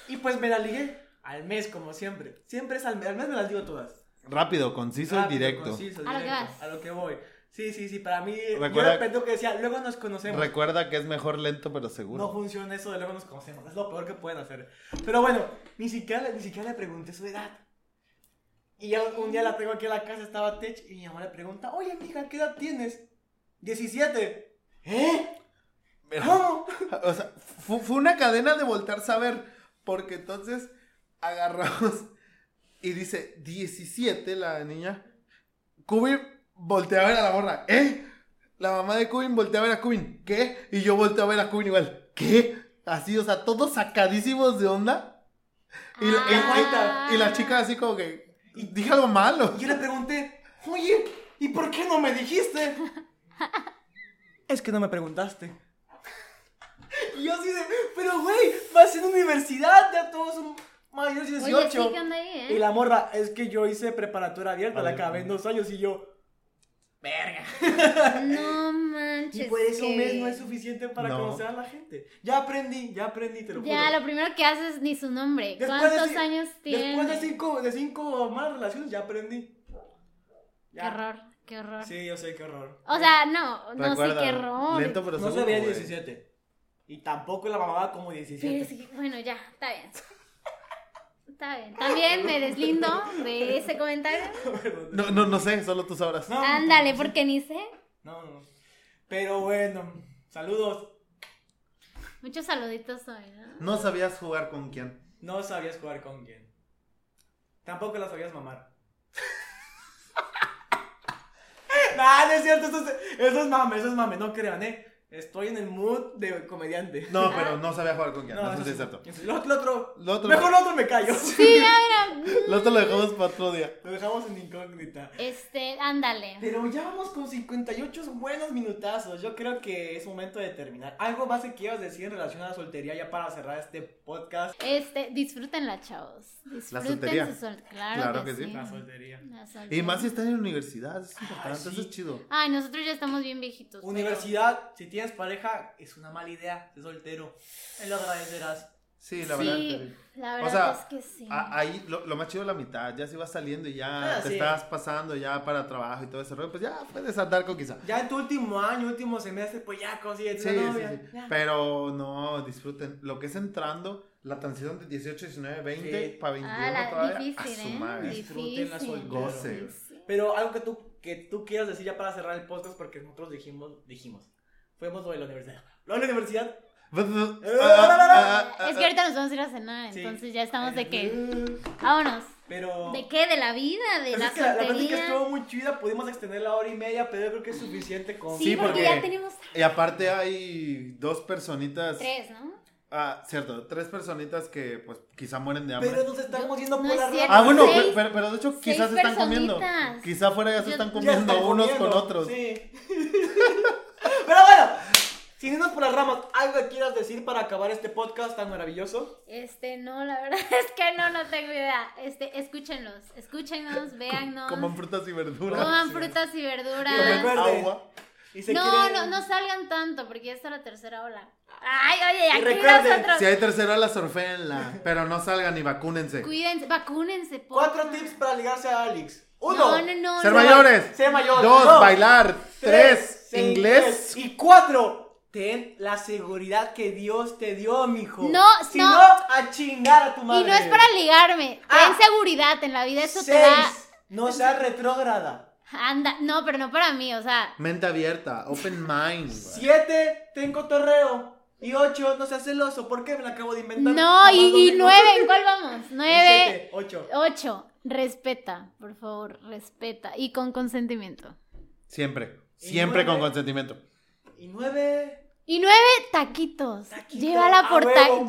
A: Y pues me la ligué al mes, como siempre. Siempre es al mes. Al mes me las digo todas.
B: Rápido, conciso y
A: Rápido,
B: directo.
A: conciso,
C: A lo que
A: directo,
C: vas.
A: a lo que voy. Sí, sí, sí, para mí. Yo
B: Recuerda-
A: de repente lo que decía, luego nos conocemos.
B: Recuerda que es mejor lento pero
A: No
B: seguro.
A: funciona eso de luego nos conocemos. Es lo peor que pueden hacer. Pero bueno, ni siquiera, le- ni siquiera le pregunté su edad. Y ya un día la traigo aquí a la casa, estaba Tech, y mi mamá le pregunta, oye, mija, ¿qué edad tienes? 17. ¿Eh?
B: Pero-
A: ¿Cómo?
B: o sea, fu- fue una cadena de voltearse a ver. Porque entonces agarramos y dice 17 la niña. Cubin voltea a ver a la morra. ¿Eh? La mamá de Cubin voltea a ver a Cubin. ¿Qué? Y yo volteo a ver a Cubin igual. ¿Qué? Así, o sea, todos sacadísimos de onda. Y, la- y-
A: Ah.
B: y- y la chica así como que... Dije algo malo.
A: Y yo le pregunté, oye, ¿y por qué no me dijiste? es que no me preguntaste. [LAUGHS] Y yo así de, pero güey, vas en universidad, ya todos son mayores de
C: Oye,
A: 18.
C: sí, ¿qué onda ahí, eh?
A: y la morra, es que yo hice preparatoria abierta, la
B: Ay,
A: acabé en
B: no.
A: dos años y yo, verga.
C: No
A: Y
C: manches.
A: por
B: pues,
A: eso
C: que-
A: un mes no es suficiente para
B: No.
A: conocer a la gente. Ya aprendí, ya aprendí, te lo juro.
C: Ya, lo primero que haces es ni su nombre.
A: Después de
C: ¿Cuántos
A: ci-
C: años tiene?
A: Después de cinco, de cinco o más relaciones, ya aprendí.
C: Qué horror, Oh. qué horror.
A: Sí, yo sé, qué horror.
C: O sea, no, no sé
B: Recuerda,
C: qué horror.
B: Lento pero
A: No se
B: seguro.
A: veía
B: güey.
A: 17. Y tampoco la mamaba como
C: Pero
A: 17.
C: es que, bueno, ya, está
B: [LAUGHS]
C: bien. Está bien. También me deslindo de ese comentario.
B: No, no, no sé, solo tú sabrás.
A: [LAUGHS] No,
C: Ándale, porque ni sé.
A: No, no. Pero bueno, saludos.
C: Muchos saluditos hoy, ¿no?
B: No sabías jugar con quién.
A: No sabías jugar con quién. Tampoco la sabías mamar. [LAUGHS] nah, no es cierto, eso es, eso es mame, eso es mame, no crean, eh. Estoy en el mood de comediante. [LAUGHS]
B: No, pero no sabía jugar con quién. No,
A: eso
B: sé si es
A: sí.
B: cierto.
A: Eso sí. Lo, lo otro.
B: Lo otro,
A: Mejor lo otro me callo.
B: [LAUGHS]
C: Sí, ya, mira.
B: lo otro lo dejamos para otro día.
A: [LAUGHS] Lo dejamos en incógnita.
C: Este, ándale.
A: Pero ya vamos con 58 buenos minutazos. Yo creo que es momento de terminar. ¿Algo más que quieras decir en relación a la soltería ya para cerrar este podcast?
C: Este, disfrútenla, chavos.
B: soltería.
C: Disfruten su sol. Claro,
B: Claro
C: que,
B: que sí.
C: sí.
A: La soltería.
C: La soltería.
B: Y más si están en universidad, eso es importante,
A: sí.
B: eso es chido.
C: Ay, nosotros ya estamos bien viejitos. pero-
A: Universidad, si tienes pareja, es una mala idea ser soltero. Me lo agradecerás.
B: Sí, la verdad.
C: Sí,
B: que sí.
C: la
B: O
C: verdad
B: sea,
C: es que sí.
B: A- ahí lo, lo más chido es la mitad, ya si vas saliendo y ya
A: Ah,
B: te
A: sí.
B: estás pasando ya para trabajo y todo ese rollo, pues ya puedes andar con quizá.
A: Ya en tu último año, último semestre, pues ya consigues
B: Sí,
A: una
B: sí,
A: novia.
B: sí.
A: Ya.
B: Pero no, disfruten. Lo que es entrando, la transición de 18, 19, 20
A: Sí.
B: para 21
C: Ah, la-
B: todavía,
C: difícil,
B: a su
C: ¿eh?
B: madre.
A: Disfruten la
C: Difícil.
A: soltería.
B: Goce.
C: Sí.
A: Pero algo que tú, que tú quieras decir ya para cerrar el podcast, porque nosotros dijimos, dijimos, fuimos lo de la universidad. Lo de la universidad.
B: Pues,
A: Eh,
B: ah,
C: Es que ahorita nos vamos a ir a cenar,
A: Sí.
C: entonces ya estamos de qué.
A: Eh,
C: Vámonos.
A: Pero.
C: ¿De qué? De la vida, de
A: Pues
C: la
A: es que la, la plática
C: soltería.
A: estuvo muy chida, pudimos extender la hora y media, pero yo creo que es suficiente con...
C: Sí,
B: Sí,
C: porque
B: porque-
C: ya tenemos
B: Y aparte hay dos personitas.
C: tres, ¿no?
B: Ah, cierto, tres personitas que pues quizá mueren de hambre.
A: Pero nos estamos yendo
C: No
A: por
C: es
A: la
C: cierto.
B: Ah, bueno,
C: Seis-
B: pe- pero, pero de hecho
C: seis
B: quizás se están comiendo.
C: personitas.
B: Quizá afuera ya se
C: Yo-
B: están
A: Ya
B: comiendo
A: están
B: unos
A: comiendo,
B: con otros.
A: Sí. [LAUGHS] pero bueno, Sin irnos por las ramas, ¿algo que quieras decir para acabar este podcast tan maravilloso?
C: Este, no, la verdad [LAUGHS] es que no, no tengo idea. Este, escúchenlos, escúchenos, véannos.
B: Coman frutas y verduras.
C: Coman frutas y
A: Y
C: verduras.
A: recuerden- Verde.
B: Agua.
A: Y se
C: No,
A: quieren-
C: no, no salgan tanto, porque ya está la tercera ola. Ay, oye,
A: Y
C: aquí
A: recuerden,
C: nosotros.
B: Si hay tercera, la sorféenla. Pero no salgan y vacúnense.
C: Cuídense, vacúnense. porfa.
A: Cuatro tips para ligarse a Alex. Uno.
C: No, no, no.
B: Ser
C: no.
B: mayores.
A: Ser mayores.
B: Dos,
A: Dos.
B: bailar. Tres,
A: sé
B: inglés.
A: Y cuatro, ten la seguridad que Dios te dio, mijo.
C: No,
A: si
C: no.
A: no, a chingar a tu madre.
C: Y no es para ligarme.
A: Ah.
C: Ten seguridad en la vida, eso te
A: Seis,
C: da.
A: no seas retrógrada.
C: Anda, no, pero no para mí, o sea.
B: Mente abierta. Open mind. güey.
A: Siete, ten cotorreo. Y ocho, no seas celoso. ¿Por qué me la acabo de inventar?
C: No,
A: Jamás lo
C: y, y
A: digo.
C: nueve, ¿en
A: [LAUGHS]
C: cuál vamos?
A: Y
C: Nueve,
A: siete, ocho.
C: ocho. Respeta, por favor, respeta. Y con consentimiento.
B: Siempre.
A: Y
B: Siempre con
A: nueve.
B: consentimiento.
A: Y nueve.
C: Y nueve, taquitos.
A: Taquitos,
C: Llévala
A: a
C: por
A: huevo.
C: taquitos.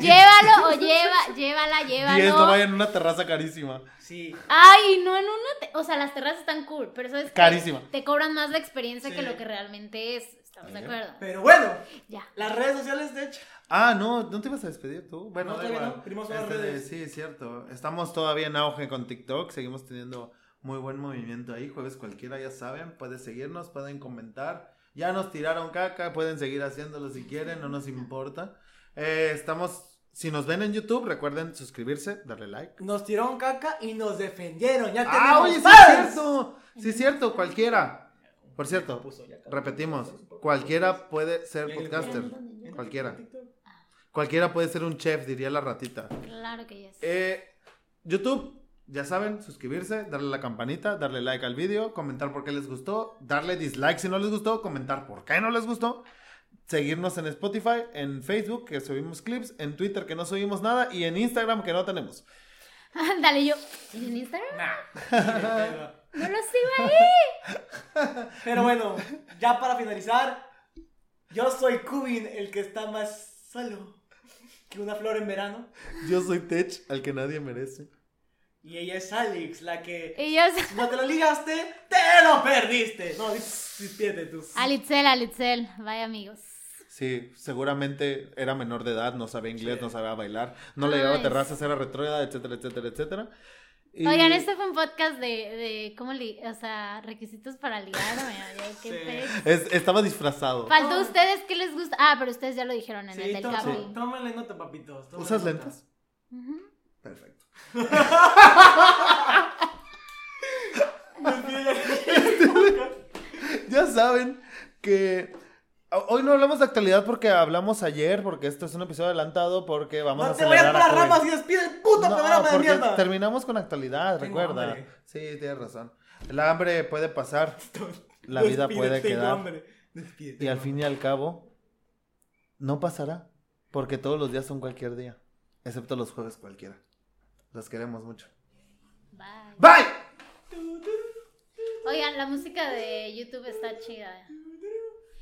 A: [LAUGHS]
C: Llévalo o lleva, llévala,
B: Diez, no
C: llévalo.
B: vayan a una terraza carísima.
A: Sí.
C: Ay, no, en uno, te- o sea, las terrazas están cool, pero eso es
B: Carísima.
C: Te cobran más la experiencia
A: Sí.
C: que lo que realmente es. ¿Estamos de
B: Sí.
C: acuerdo?
A: Pero bueno,
C: Ya.
A: las redes sociales de hecho.
B: Ah, no, ¿no te ibas a despedir tú? Bueno,
A: No,
B: da
A: todavía
B: igual.
A: no, primero son las
B: Este,
A: redes.
B: Sí, es cierto. Estamos todavía en auge con TikTok, seguimos teniendo muy buen movimiento ahí. Jueves cualquiera, ya saben, pueden seguirnos, pueden comentar. Ya nos tiraron caca, pueden seguir haciéndolo si quieren, no nos importa. Eh, estamos, si nos ven en YouTube, recuerden suscribirse, darle like.
A: Nos tiraron caca y nos defendieron. Ya tenemos.
B: Ah, oye, sí es
A: fans.
B: cierto, sí es cierto, cualquiera. Por cierto,
A: Puso ya cabrón.
B: repetimos, cualquiera puede ser
A: Ya, ya, ya.
B: podcaster,
A: Métete
B: cualquiera.
A: en TikTok.
B: Cualquiera puede ser un chef, diría la ratita.
C: Claro que yes. [LAUGHS]
B: Eh, YouTube, ya saben, suscribirse, darle a la campanita, darle like al video, comentar por qué les gustó, darle dislike si no les gustó, comentar por qué no les gustó, seguirnos en Spotify, en Facebook, que subimos clips, en Twitter, que no subimos nada, y en Instagram, que no tenemos.
C: Dale yo. ¿En Instagram?
A: Nah.
C: No lo sigo
A: [LAUGHS]
C: ahí.
A: Pero bueno, ya para finalizar, yo soy Cubin, el que está más solo que una flor en verano.
B: Yo soy Tech, al que nadie merece.
A: Y ella es Alex, la que
C: Y yo [LAUGHS] soy
A: si no te lo ligaste, te lo perdiste. No, dis- despídete tú.
C: Alitzel, Alitzel. Bye, amigos.
B: Sí, seguramente era menor de edad, no sabía inglés,
A: Sí.
B: no sabía bailar, no le llegaba a
C: Ay,
B: terrazas, era retrógrada, etcétera, etcétera, etcétera. Y-
C: Oigan, este fue un podcast de, de cómo li- o sea, requisitos para ligarme. oye, qué
A: Sí.
C: pe-
B: es- estaba disfrazado.
C: Faltó
A: Oh.
C: ustedes qué les gusta. Ah, pero ustedes ya lo dijeron en el
A: Sí,
C: del
A: tó-
C: café.
A: tó- tómale nota, papitos. tómale
B: ¿Usas
A: nota.
B: lentes?
C: Ujú.
B: Perfecto. Ya saben que ho- hoy no hablamos de actualidad porque hablamos ayer, porque esto es un episodio adelantado, porque vamos a
A: No te
B: celebrar
A: vayas para
B: a
A: las
B: Kobe.
A: ramas y despide el puto
B: No,
A: programa de
B: porque
A: mierda.
B: terminamos con actualidad,
A: Tengo
B: recuerda.
A: hambre.
B: Sí, tienes razón. El hambre puede pasar La vida
A: Despídete,
B: puede
A: tengo
B: quedar.
A: hambre. Despídete,
B: y al
A: no.
B: fin y al cabo no pasará, porque todos los días son cualquier día, excepto los jueves cualquiera. Los queremos mucho.
C: Bye.
B: Bye.
C: Oigan, la música de YouTube está chida.